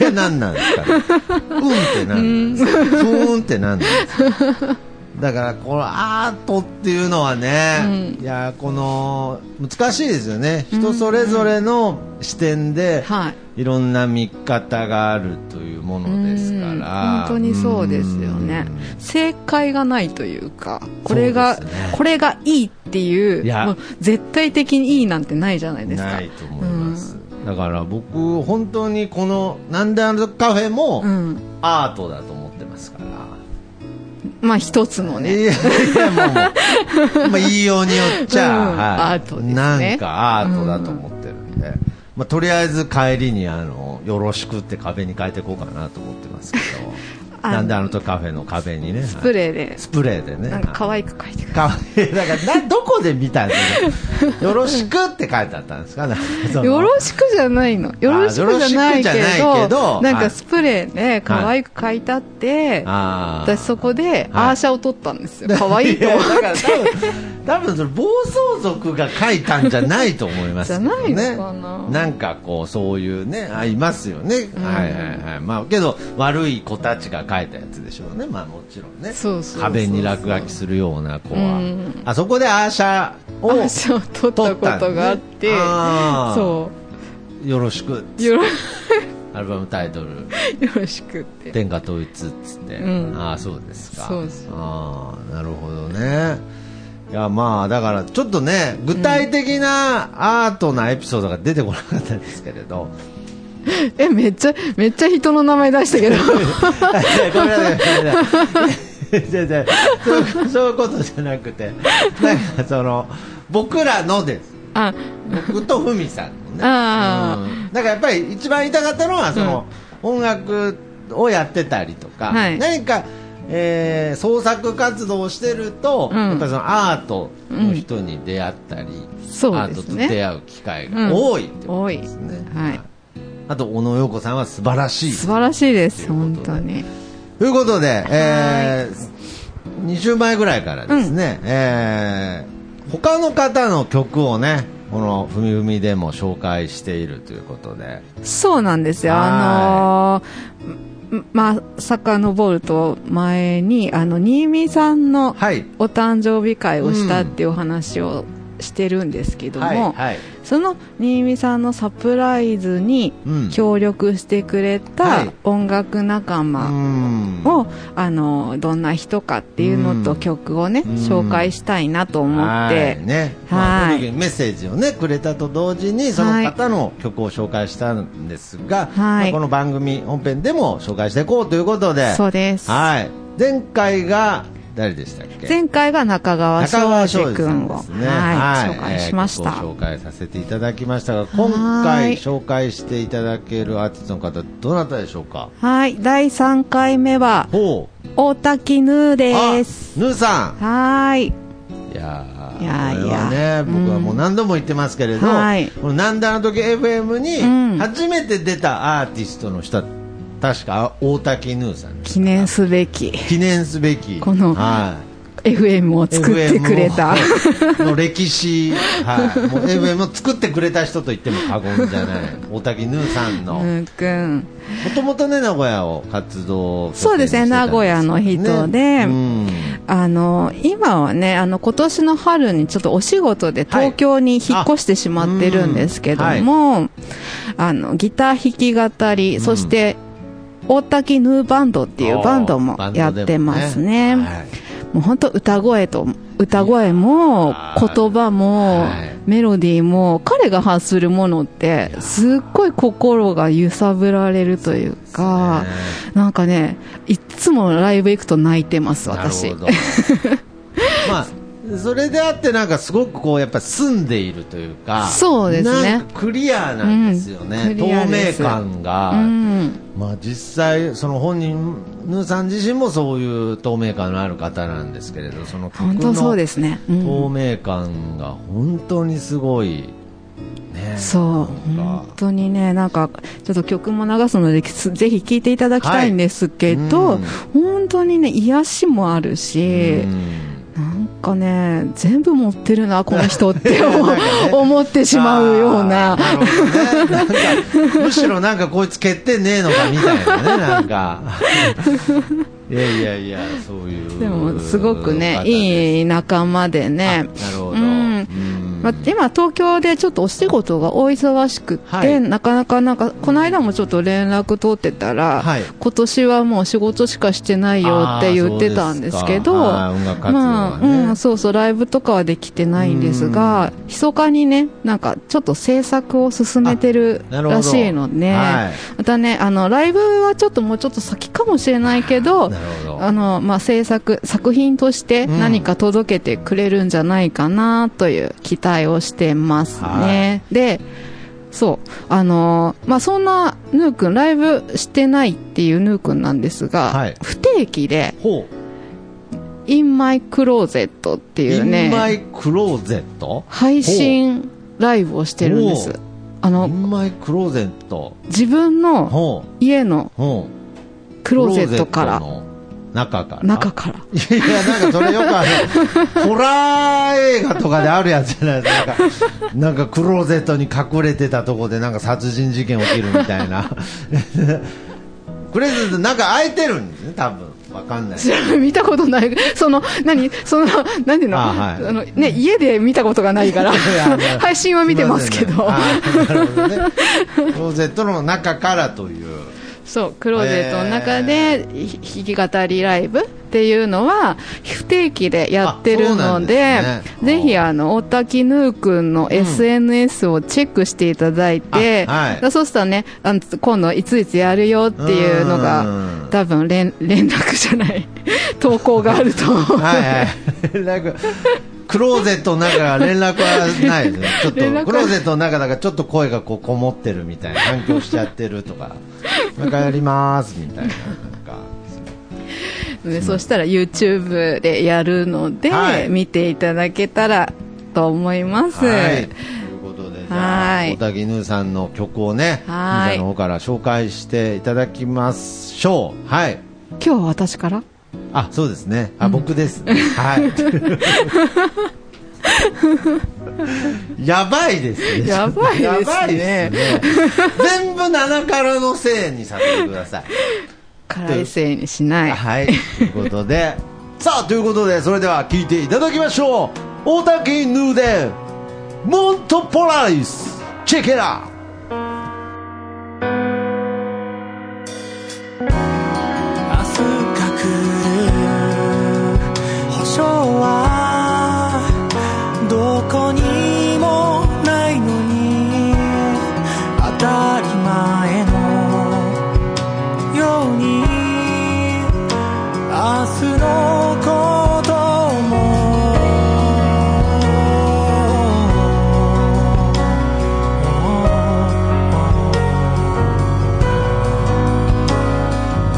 [SPEAKER 5] いや、なんなんですかね。うんってなんなんですか。ふーんってなんなんですか。だから、このアートっていうのはね、いや、この、難しいですよね。人それぞれの視点で、
[SPEAKER 4] はい
[SPEAKER 5] いろんな見方があるというものですか
[SPEAKER 4] うん
[SPEAKER 5] ら。
[SPEAKER 4] 本当にそうですよね
[SPEAKER 5] うん
[SPEAKER 4] 正解がないというかこれが、
[SPEAKER 5] そうですね
[SPEAKER 4] これがいいっていう
[SPEAKER 5] いや
[SPEAKER 4] もう絶対的にいいなんてないじゃないですか
[SPEAKER 5] ないと思います。だから僕、本当にこの、なんであのカフェも
[SPEAKER 4] う、ん、
[SPEAKER 5] アートだと思ってますから。
[SPEAKER 4] まあ一つのね
[SPEAKER 5] いやいやもうもう、まあ、言いようによっちゃ、
[SPEAKER 4] うん
[SPEAKER 5] はい
[SPEAKER 4] アートですね
[SPEAKER 5] なんかアートだと思ってるんで、まあ、とりあえず帰りにあの「よろしく」って壁に変えていこうかなと思ってますけど
[SPEAKER 4] あ
[SPEAKER 5] なんであのとカフェの壁にね
[SPEAKER 4] スプ
[SPEAKER 5] ー、はい
[SPEAKER 4] レーで
[SPEAKER 5] スプレーでね
[SPEAKER 4] なんか可愛く描いてくる
[SPEAKER 5] かわいいだからなどこで見たんですかよろしくって書いてあったんですかね
[SPEAKER 4] よろしくじゃないのよろしくじゃないけ
[SPEAKER 5] よろしくじゃないけ
[SPEAKER 4] ど
[SPEAKER 5] ど
[SPEAKER 4] なん
[SPEAKER 5] はい
[SPEAKER 4] かスプレーで可愛く描いたって、
[SPEAKER 5] あー
[SPEAKER 4] 私そこで
[SPEAKER 5] はい
[SPEAKER 4] アーシャを撮ったんですよ、可愛い と思っ
[SPEAKER 5] やだから多分多分それ暴走族が書いたんじゃないと思いますけどね
[SPEAKER 4] じゃないのかなん
[SPEAKER 5] かこうそういうねあいますよね、
[SPEAKER 4] ん
[SPEAKER 5] はいはいはいまあけど悪い子たちが書いたやつでしょうねまあもちろんね
[SPEAKER 4] そうそうそうそう
[SPEAKER 5] 壁に落書きするような子は、
[SPEAKER 4] うん
[SPEAKER 5] あそこでアーシャ
[SPEAKER 4] ア
[SPEAKER 5] を
[SPEAKER 4] ーシャを撮ったことがあって、
[SPEAKER 5] 撮ったんだねあー
[SPEAKER 4] そ
[SPEAKER 5] よろしく
[SPEAKER 4] うよろ
[SPEAKER 5] アルバムタイトル
[SPEAKER 4] よろしくって
[SPEAKER 5] 天下統一っつって、
[SPEAKER 4] うん
[SPEAKER 5] ああそうですか
[SPEAKER 4] そうそう
[SPEAKER 5] ああなるほどねいやまあだからちょっとね具体的なアートなエピソードが出てこなかったですけれど、
[SPEAKER 4] えめっちゃめっちゃ人の名前出したけど
[SPEAKER 5] いやごめんなさいごめんなさいじゃじゃそういうそういうことじゃなくてなんかその僕らのです
[SPEAKER 4] あ
[SPEAKER 5] 僕とふみさんのね
[SPEAKER 4] あ
[SPEAKER 5] うんだからやっぱり一番痛かったのはその、音楽をやってたりとか、
[SPEAKER 4] はい
[SPEAKER 5] 何か、えー創作活動をしてると、
[SPEAKER 4] うん
[SPEAKER 5] やっぱりそのアートの人に出会ったり、
[SPEAKER 4] そう
[SPEAKER 5] ア
[SPEAKER 4] で
[SPEAKER 5] ート
[SPEAKER 4] す
[SPEAKER 5] と
[SPEAKER 4] ね
[SPEAKER 5] 出会う機会が多いってこと
[SPEAKER 4] 多い
[SPEAKER 5] ですね、
[SPEAKER 4] はい
[SPEAKER 5] あと小野洋子さんは素晴らしい
[SPEAKER 4] 素晴らしいです
[SPEAKER 5] という
[SPEAKER 4] 本
[SPEAKER 5] ことで
[SPEAKER 4] 当に
[SPEAKER 5] ということで、えー、2週前ぐらいからですね、えー他の方の曲をね、このふみふみでも紹介しているということで、
[SPEAKER 4] そうなんですよ。あ
[SPEAKER 5] は
[SPEAKER 4] のーんまあ、遡ると前に、あの、新見さんの
[SPEAKER 5] はい。
[SPEAKER 4] お誕生日会をしたっていうお話をしてるんですけども、
[SPEAKER 5] はい、はい。
[SPEAKER 4] その新見さんのサプライズに
[SPEAKER 5] うん
[SPEAKER 4] 協力してくれ
[SPEAKER 5] は
[SPEAKER 4] た
[SPEAKER 5] い
[SPEAKER 4] 音楽仲
[SPEAKER 5] う
[SPEAKER 4] 間
[SPEAKER 5] ん
[SPEAKER 4] を、あの、どんな人かっていうの
[SPEAKER 5] う
[SPEAKER 4] と
[SPEAKER 5] ん
[SPEAKER 4] 曲をね、
[SPEAKER 5] うん
[SPEAKER 4] 紹介したいなと思っ
[SPEAKER 5] は
[SPEAKER 4] て
[SPEAKER 5] い、ね。まあ
[SPEAKER 4] はい
[SPEAKER 5] とにかくメッセージをね、くれたと同時に、その方の曲を紹介したんですが、
[SPEAKER 4] はい
[SPEAKER 5] まあこの番組本編でも紹介していこうということで、
[SPEAKER 4] そうです。
[SPEAKER 5] はい。前回が、誰でしたっけ
[SPEAKER 4] 前回が中川
[SPEAKER 5] 中
[SPEAKER 4] 翔
[SPEAKER 5] 川
[SPEAKER 4] 司
[SPEAKER 5] 翔司さ
[SPEAKER 4] 君
[SPEAKER 5] ん
[SPEAKER 4] を、
[SPEAKER 5] ですね。
[SPEAKER 4] はい、紹介しま
[SPEAKER 5] え
[SPEAKER 4] し
[SPEAKER 5] ー
[SPEAKER 4] た
[SPEAKER 5] 曲。を紹介させていただきましたが、今
[SPEAKER 4] は
[SPEAKER 5] 回
[SPEAKER 4] い
[SPEAKER 5] 紹介していただけるアーティストの方、どなたでしょうか
[SPEAKER 4] はい、第3回目は、
[SPEAKER 5] ほう。
[SPEAKER 4] 大滝ヌーです。
[SPEAKER 5] あヌーさん。
[SPEAKER 4] はい。
[SPEAKER 5] いやー
[SPEAKER 4] いやー
[SPEAKER 5] これはいね、
[SPEAKER 4] や
[SPEAKER 5] 僕はもう何度も言ってますけれど、
[SPEAKER 4] はい
[SPEAKER 5] このなんだの時 FM
[SPEAKER 4] うん
[SPEAKER 5] に初めて出たアーティストの人、確か大滝ヌーさんです。
[SPEAKER 4] 記念すべき
[SPEAKER 5] 記念すべき。
[SPEAKER 4] この
[SPEAKER 5] はい
[SPEAKER 4] FM を作ってくれた。
[SPEAKER 5] FM をの歴史、はい、もう FM を作ってくれた人と言っても過言じゃない大滝ヌーさんの
[SPEAKER 4] う
[SPEAKER 5] も
[SPEAKER 4] んくん。
[SPEAKER 5] ともとね名古屋を活動を拠
[SPEAKER 4] そ
[SPEAKER 5] 点
[SPEAKER 4] うで
[SPEAKER 5] にし
[SPEAKER 4] す
[SPEAKER 5] てた
[SPEAKER 4] ね、
[SPEAKER 5] ん
[SPEAKER 4] 名古屋の人で、
[SPEAKER 5] うん
[SPEAKER 4] あの、今はね、あの、今年の春にちょっとお仕事で東京に引っ越してしまってるんですけども、あ,、の、ギター弾き語り、
[SPEAKER 5] うん
[SPEAKER 4] そして、大滝ヌーバンドっていうバンドもやってますね。
[SPEAKER 5] バンドでもはい
[SPEAKER 4] もう本当歌声と、歌声も、言葉も
[SPEAKER 5] はい、
[SPEAKER 4] メロディーも、彼が発するものって、すっごい心が揺さぶられるというか、なんかね、いっつもライブ行くと泣いてます、
[SPEAKER 5] な
[SPEAKER 4] 私
[SPEAKER 5] る。ほど まあそれであってなんかすごくこうやっぱ住んでいるというか
[SPEAKER 4] そうですね
[SPEAKER 5] なんかクリアなんですよね、
[SPEAKER 4] うんクリアで
[SPEAKER 5] 透
[SPEAKER 4] す
[SPEAKER 5] 明感が、
[SPEAKER 4] うん。
[SPEAKER 5] まあ、実際、その本人ヌーさん自身もそういう透明感のある方なんですけれどその曲
[SPEAKER 4] 本当
[SPEAKER 5] の
[SPEAKER 4] そうで
[SPEAKER 5] 透
[SPEAKER 4] すね。うん、
[SPEAKER 5] 明感が本当にすごい、ね、
[SPEAKER 4] そう。
[SPEAKER 5] なん
[SPEAKER 4] 本
[SPEAKER 5] か
[SPEAKER 4] 当にね、なんか、ちょっと曲も流すので、すぜひ聴いていただきたいんですけど、
[SPEAKER 5] はいうん
[SPEAKER 4] 本当にね、癒しもあるし、
[SPEAKER 5] うん
[SPEAKER 4] なんかね、全部持ってるな、この 人って思
[SPEAKER 5] なんかね
[SPEAKER 4] 思ってしまうような
[SPEAKER 5] あ。ーるほどねなんかむしろなんかこいつ欠点ねえのかみたいなね、なんか。いやいやいや、そういう。
[SPEAKER 4] でも、すごくね、
[SPEAKER 5] い。
[SPEAKER 4] いい仲間で
[SPEAKER 5] な
[SPEAKER 4] ね
[SPEAKER 5] る。ほど。
[SPEAKER 4] うん
[SPEAKER 5] うん
[SPEAKER 4] まあ、今、東京でちょっとお仕事がお忙しくって、
[SPEAKER 5] はい
[SPEAKER 4] なかなかなんか、この間もちょっと連絡取ってたら、
[SPEAKER 5] はい
[SPEAKER 4] 今年はもう仕事しかしてないよって言ってたんですけど、
[SPEAKER 5] あーそうですかあー音楽活動
[SPEAKER 4] まあ、
[SPEAKER 5] はね
[SPEAKER 4] うん、そうそう、ライブとかはできてないんですが、密かにね、なんか、ちょっと制作を進めてる
[SPEAKER 5] あなるほど
[SPEAKER 4] らしいので、
[SPEAKER 5] はい
[SPEAKER 4] またね、あの、ライブはちょっともうちょっと先かもしれない けど、
[SPEAKER 5] なるほど
[SPEAKER 4] あの、まあ、制作、作品として
[SPEAKER 5] うん
[SPEAKER 4] 何か届けてくれるんじゃないかなという期待をしてますね。で、そう、あのーまあ、そんなヌーくん、ライブしてないっていうヌーくんなんですが、
[SPEAKER 5] はい
[SPEAKER 4] 不定期で、
[SPEAKER 5] ほう。
[SPEAKER 4] In My Closet っていう
[SPEAKER 5] インマ
[SPEAKER 4] ね、
[SPEAKER 5] イクローゼット
[SPEAKER 4] 配信ライブをしてるんです
[SPEAKER 5] ほう。
[SPEAKER 4] あ
[SPEAKER 5] イ
[SPEAKER 4] の、
[SPEAKER 5] ンマイクローゼット
[SPEAKER 4] 自分の
[SPEAKER 5] ほう
[SPEAKER 4] 家の
[SPEAKER 5] ほう
[SPEAKER 4] クローゼットから
[SPEAKER 5] ク、ローゼットの中から
[SPEAKER 4] 中から。
[SPEAKER 5] いやなんかそれよくあ のホラー映画とかであるやつじゃないですかなんかなんかクローゼットに隠れてたとこでなんか殺人事件起きるみたい なクローゼットなんか開いてるんですね多分わかんない
[SPEAKER 4] 知らない 見たことない。その、何その、何ていうの
[SPEAKER 5] あ
[SPEAKER 4] あ、
[SPEAKER 5] はい
[SPEAKER 4] の、ね、家で見たことがないから、
[SPEAKER 5] いやあの
[SPEAKER 4] 配信は見てますけど。
[SPEAKER 5] あーなるほどね。クローゼットの中からという。
[SPEAKER 4] そうクローゼットの中でひ弾き語りライブっていうのは不定期でやってる
[SPEAKER 5] あそうな
[SPEAKER 4] の
[SPEAKER 5] ん
[SPEAKER 4] で
[SPEAKER 5] ですね
[SPEAKER 4] ぜひあの大滝ヌー君の SNS をチェックしていただいて、
[SPEAKER 5] あはい
[SPEAKER 4] だそうしたらねあの今度いついつやるよっていうの
[SPEAKER 5] うん
[SPEAKER 4] が多分連連絡じゃない 投稿が あると思う
[SPEAKER 5] はいはい連絡クローゼットの中が連絡はないですねちょっ
[SPEAKER 4] 連絡
[SPEAKER 5] とク
[SPEAKER 4] は
[SPEAKER 5] ローゼットの中だからちょっと声がこうこもってるみたいな反響しちゃってるとかなんかやりますみたいななんか
[SPEAKER 4] でそしたら YouTube でやるので、
[SPEAKER 5] はい
[SPEAKER 4] 見ていただけたらと思います。
[SPEAKER 5] はいということでじゃあ
[SPEAKER 4] はい
[SPEAKER 5] 小田絹さんの曲をねみん
[SPEAKER 4] はい
[SPEAKER 5] なの方から紹介していただきましょうはい
[SPEAKER 4] 今日は私から
[SPEAKER 5] あそうですねあ、僕ですねはい やばいですね
[SPEAKER 4] やばいですね
[SPEAKER 5] やばいですね全部7からのせいにさせてください
[SPEAKER 4] 辛いせいにしない。
[SPEAKER 5] はい、ということでさあということでそれでは聞いていただきましょう大滝ヌーでモントポラリスチェケラ
[SPEAKER 6] 明日が来る保証はどこにもないのに当たり前のように明日のことも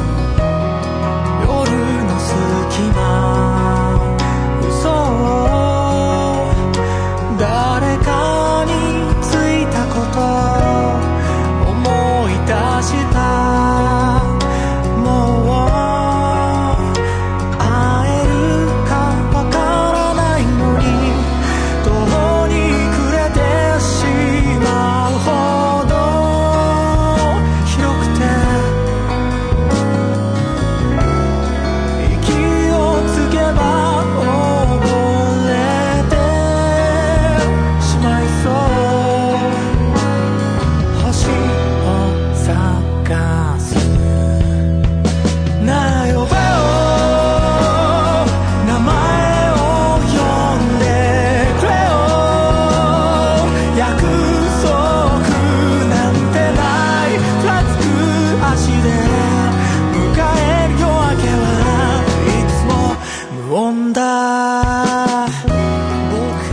[SPEAKER 6] 夜の隙間嘘を誰かについたこと思い出したもう会えるかわからないのに途方に暮れてしまうほど広くて息をつけば溺れてしまいそう星を探すなら呼べよ名前を呼んでくれよ約束なんてないふらつく足で迎える夜明けはいつも無音だ僕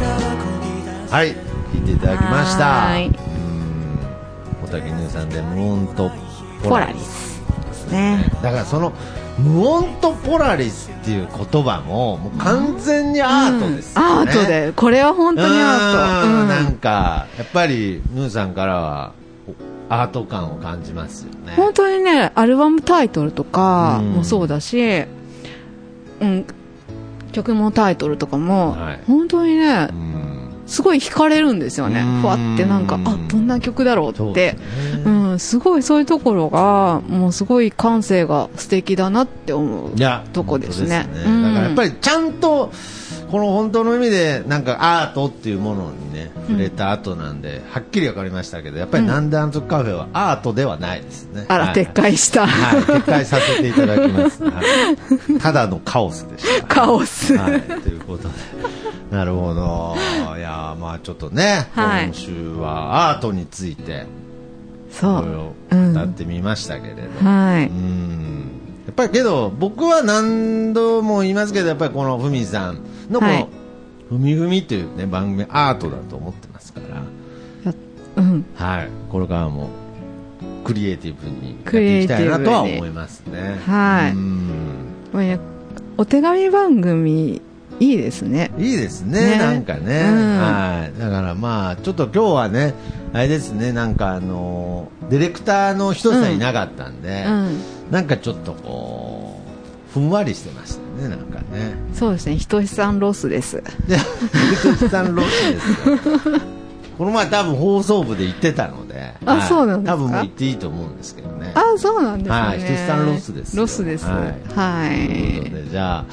[SPEAKER 6] らはこぎ出す
[SPEAKER 5] はい聞いていただきました
[SPEAKER 4] はーい
[SPEAKER 5] 大滝ヌーさんでモントポ
[SPEAKER 4] ポ
[SPEAKER 5] ラ
[SPEAKER 4] ラ
[SPEAKER 5] リ
[SPEAKER 4] リ
[SPEAKER 5] ス
[SPEAKER 4] スですね。
[SPEAKER 5] だからその無音とポラリスっていう言葉ももう完全にアートです
[SPEAKER 4] ア
[SPEAKER 5] よね、
[SPEAKER 4] ートで、これは本当にア
[SPEAKER 5] うーんな
[SPEAKER 4] ート。
[SPEAKER 5] んかやっぱりムーさんからはおアート感を感じますよね
[SPEAKER 4] うん、本当にね、アルバムタイトルとか
[SPEAKER 5] うん
[SPEAKER 4] もそうだし、うん、曲もタイトルとかも、
[SPEAKER 5] はい
[SPEAKER 4] 本当にね、
[SPEAKER 5] うん
[SPEAKER 4] すごい惹かれるんですよね
[SPEAKER 5] うん。
[SPEAKER 4] ふわってなんか、あ、どんな曲だろう
[SPEAKER 5] そう
[SPEAKER 4] っ
[SPEAKER 5] で
[SPEAKER 4] て。
[SPEAKER 5] すね
[SPEAKER 4] うん、すごいそういうところが、もうすごい感性が素敵だなって思う
[SPEAKER 5] いや
[SPEAKER 4] とこですね
[SPEAKER 5] 本。当
[SPEAKER 4] うん
[SPEAKER 5] だからやっぱりちゃんとこの本当の意味でなんかアートっていうものにね触れた後なんで、はっきり分かりましたけどやっぱりなんであの時カフェはアートではないですね、
[SPEAKER 4] あら、
[SPEAKER 5] はい
[SPEAKER 4] 撤回した。
[SPEAKER 5] はい、撤回させていただきます、はいただのカオスでした
[SPEAKER 4] カオ ス。
[SPEAKER 5] はい、ということで。なるほど。いやー、まあちょっとね、
[SPEAKER 4] はい
[SPEAKER 5] 今週はアートについて、い
[SPEAKER 4] そ。
[SPEAKER 5] ろいうろ語ってみましたけれど。。
[SPEAKER 4] はいう
[SPEAKER 5] ん。やっぱりけど、僕は何度も言いますけど、やっぱりこのふみさんのこ
[SPEAKER 4] は
[SPEAKER 5] の
[SPEAKER 4] い、
[SPEAKER 5] ふみふみというね、番組、アートだと思ってますから、
[SPEAKER 4] やうん。
[SPEAKER 5] はい。これからも、クリエイティブにやっていきたいなとは
[SPEAKER 4] クリエイティブ
[SPEAKER 5] 思
[SPEAKER 4] に
[SPEAKER 5] いますね。
[SPEAKER 4] はい
[SPEAKER 5] うん
[SPEAKER 4] まあねお手紙番組、いいですね。
[SPEAKER 5] いいですね、
[SPEAKER 4] ね
[SPEAKER 5] なんかね、
[SPEAKER 4] うん
[SPEAKER 5] はい。だからまあ、ちょっと今日はね、あれですね、なんかあの、ディレクターの人さんいなかったんで、
[SPEAKER 4] うん。
[SPEAKER 5] なんかちょっとこう、ふんわりしてましたね、なんかね。
[SPEAKER 4] そうですね。ひとしさんロスです。
[SPEAKER 5] で、ディレクターのロスですよ。この前多分放送部で言ってたので、
[SPEAKER 4] あ
[SPEAKER 5] はい
[SPEAKER 4] そうなんですか
[SPEAKER 5] 多分もう言っていいと思うんですけどね。
[SPEAKER 4] あ、そうなんですね。
[SPEAKER 5] はいひとしさんロスですよ
[SPEAKER 4] ロスです。
[SPEAKER 5] は
[SPEAKER 4] はい
[SPEAKER 5] ということ
[SPEAKER 4] い。
[SPEAKER 5] でじゃあ、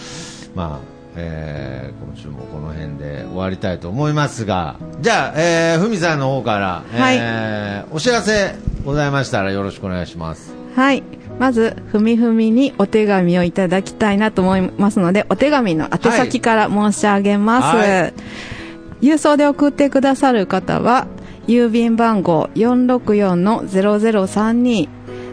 [SPEAKER 5] まあえー今週もこの辺で終わりたいと思いますがじゃあ、えーふみさんの方から、えーお知らせございましたらよろしくお願いします。
[SPEAKER 4] はい。まず、ふみふみにお手紙をいただきたいなと思いますので、お手紙の宛先から申し上げます。
[SPEAKER 5] はい
[SPEAKER 4] 郵送で送ってくださる方は、郵便番号464-0032、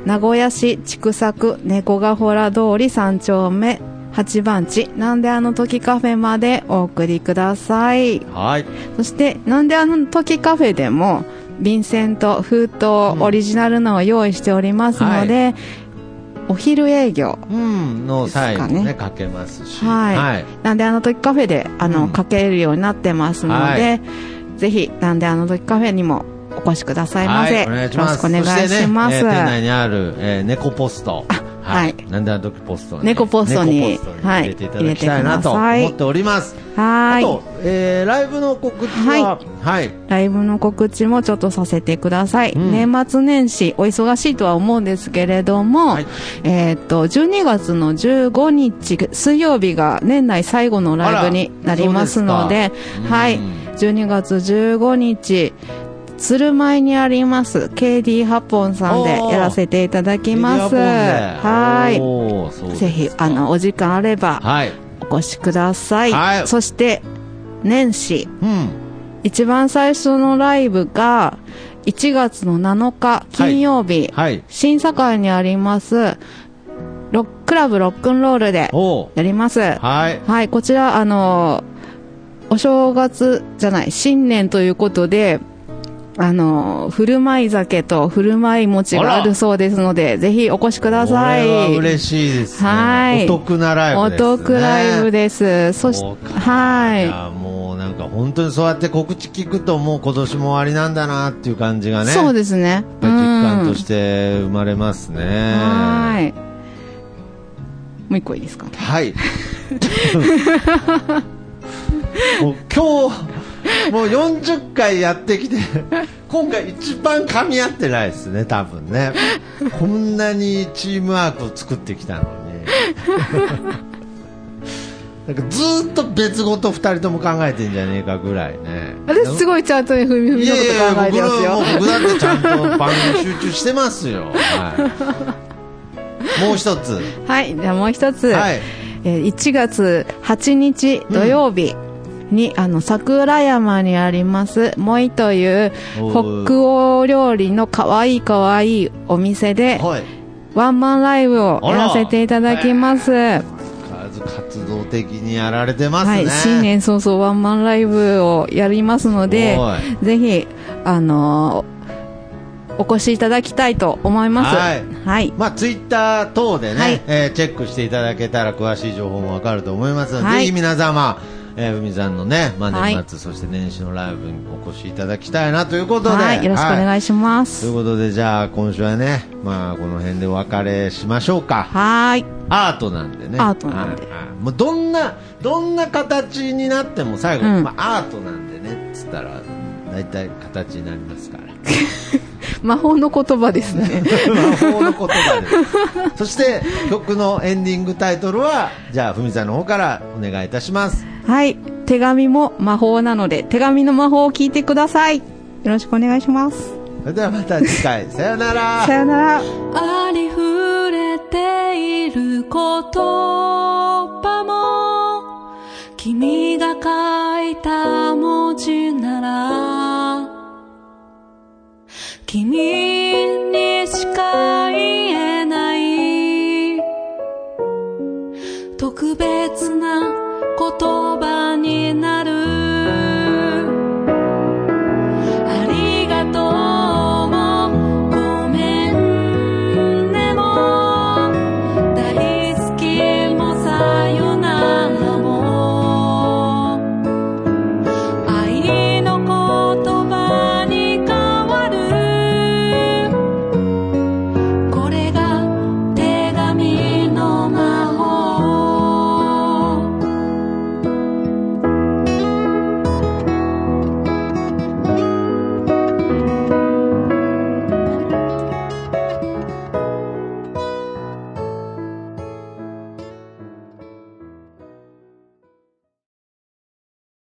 [SPEAKER 4] 名古屋市千種区猫ヶ洞通り3丁目、8番地、なんであの時カフェまでお送りください。
[SPEAKER 5] はい。
[SPEAKER 4] そして、なんであの時カフェでも、便箋と封筒、オリジナルのを用意しておりますので、お昼営業、
[SPEAKER 5] うん、の際もね、
[SPEAKER 4] です
[SPEAKER 5] かけますし。
[SPEAKER 4] はい。なんであの時カフェで、あの、
[SPEAKER 5] うん
[SPEAKER 4] かけるようになってますので、
[SPEAKER 5] はい
[SPEAKER 4] ぜひ、なんであの時カフェにもお越しくださいませ。
[SPEAKER 5] はい、お願いします。
[SPEAKER 4] よろしくお願いしま
[SPEAKER 5] そ
[SPEAKER 4] す。
[SPEAKER 5] してねえー店内にある、えー猫ポスト。
[SPEAKER 4] はい
[SPEAKER 5] なんであの時ポストに
[SPEAKER 4] 猫ポストに
[SPEAKER 5] 猫ポスト入れていただきたいなと
[SPEAKER 4] はい入れ
[SPEAKER 5] 思って
[SPEAKER 4] ください
[SPEAKER 5] ております。
[SPEAKER 4] は
[SPEAKER 5] あ
[SPEAKER 4] い
[SPEAKER 5] と、えーライブの告知は、はい。
[SPEAKER 4] ライブの告知もちょっとさせてください。
[SPEAKER 5] ん
[SPEAKER 4] 年末年始、お忙しいとは思うんですけれども、
[SPEAKER 5] はい
[SPEAKER 4] えーっと、12月の15日、水曜日が年内最後のライブになりますので、
[SPEAKER 5] そうですか
[SPEAKER 4] はい、
[SPEAKER 5] うん
[SPEAKER 4] 12月15日、鶴舞にあります、KD ハポンさんでやらせていただきます。
[SPEAKER 5] メディア
[SPEAKER 4] は
[SPEAKER 5] ボンで
[SPEAKER 4] い。
[SPEAKER 5] おーそうですか
[SPEAKER 4] ぜひ、あの、お時間あれば、
[SPEAKER 5] はい。
[SPEAKER 4] お越しください。
[SPEAKER 5] はい
[SPEAKER 4] そして、年始、
[SPEAKER 5] うん。
[SPEAKER 4] 一番最初のライブが1月の7日金曜日、
[SPEAKER 5] はい。
[SPEAKER 4] 審査会にありますロッククラブロックンロールで
[SPEAKER 5] おー
[SPEAKER 4] やりますは
[SPEAKER 5] はい。
[SPEAKER 4] い、こちらあのお正月じゃない新年ということであの振る舞い酒と振る舞い餅があるそうですのでぜひお越しください
[SPEAKER 5] これは嬉しいですね。
[SPEAKER 4] はい
[SPEAKER 5] お得なライブ
[SPEAKER 4] お
[SPEAKER 5] です、ね。
[SPEAKER 4] 得ライブですそし
[SPEAKER 5] そうか
[SPEAKER 4] はいい
[SPEAKER 5] やもうなんか本当にそうやって告知聞くともう今年も終わりなんだなっていう感じがね。
[SPEAKER 4] そう
[SPEAKER 5] す。
[SPEAKER 4] ですね
[SPEAKER 5] 実感として生まれますね。
[SPEAKER 4] は
[SPEAKER 5] は
[SPEAKER 4] ーい。もう一個いいですか
[SPEAKER 5] い。もう今日、もう40回やってきて、今回一番噛み合ってないですね、多分ね。こんなにチームワークを作ってきたのに。なんかずーっと別ごと2人とも考えてんじゃねえかぐらいね。
[SPEAKER 4] 私すごいちゃんとふみふみ
[SPEAKER 5] いや
[SPEAKER 4] のこ
[SPEAKER 5] いや
[SPEAKER 4] と考えてますよ。
[SPEAKER 5] 僕だってちゃんと番組集中してます よ。はい、もう一つ。
[SPEAKER 4] はい。じゃあもう一つ。
[SPEAKER 5] はい。
[SPEAKER 4] えー1月8日土曜日に、あの、桜山にあります、モイという
[SPEAKER 5] おー
[SPEAKER 4] 北欧料理の可愛い可愛いお店で、
[SPEAKER 5] はい。
[SPEAKER 4] ワンマンライブをやらせていただきます。
[SPEAKER 5] 数活動的にやられてますね。
[SPEAKER 4] はい、新年早々ワンマンライブをやりますのです
[SPEAKER 5] ご、
[SPEAKER 4] ぜひ、あのーお越しいただきたいと思います。
[SPEAKER 5] はい
[SPEAKER 4] はい。
[SPEAKER 5] まあ、ツイッター等でね、
[SPEAKER 4] はい
[SPEAKER 5] えーチェックしていただけたら詳しい情報もわかると思いますので、
[SPEAKER 4] はい
[SPEAKER 5] ぜひ皆様、えー、海さんのね、まあ、
[SPEAKER 4] はい
[SPEAKER 5] 年末、そして年始のライブにお越しいただきたいなということで、
[SPEAKER 4] はい、よろしくお
[SPEAKER 5] は
[SPEAKER 4] 願いしま
[SPEAKER 5] と
[SPEAKER 4] す。
[SPEAKER 5] いうことで、じゃあ、今週はね、まあ、この辺でお別れしましょうか。
[SPEAKER 4] はい。
[SPEAKER 5] アートなんでね。
[SPEAKER 4] アートなんで
[SPEAKER 5] はいはいもうどんな、どんな形になっても最後、
[SPEAKER 4] うん
[SPEAKER 5] まあアートなんでね、つったら、大体形になりますから。
[SPEAKER 4] 魔法の言葉ですね。
[SPEAKER 5] 魔法の言葉で。そして、曲のエンディングタイトルは、じゃあ、ふみさんの方からお願いいたします。
[SPEAKER 4] はい。手紙も魔法なので、手紙の魔法を聞いてください。よろしくお願いします。
[SPEAKER 5] それではまた次回、さよなら
[SPEAKER 4] さ。よなら。
[SPEAKER 1] ありふれている言葉も君が書いた文字なら君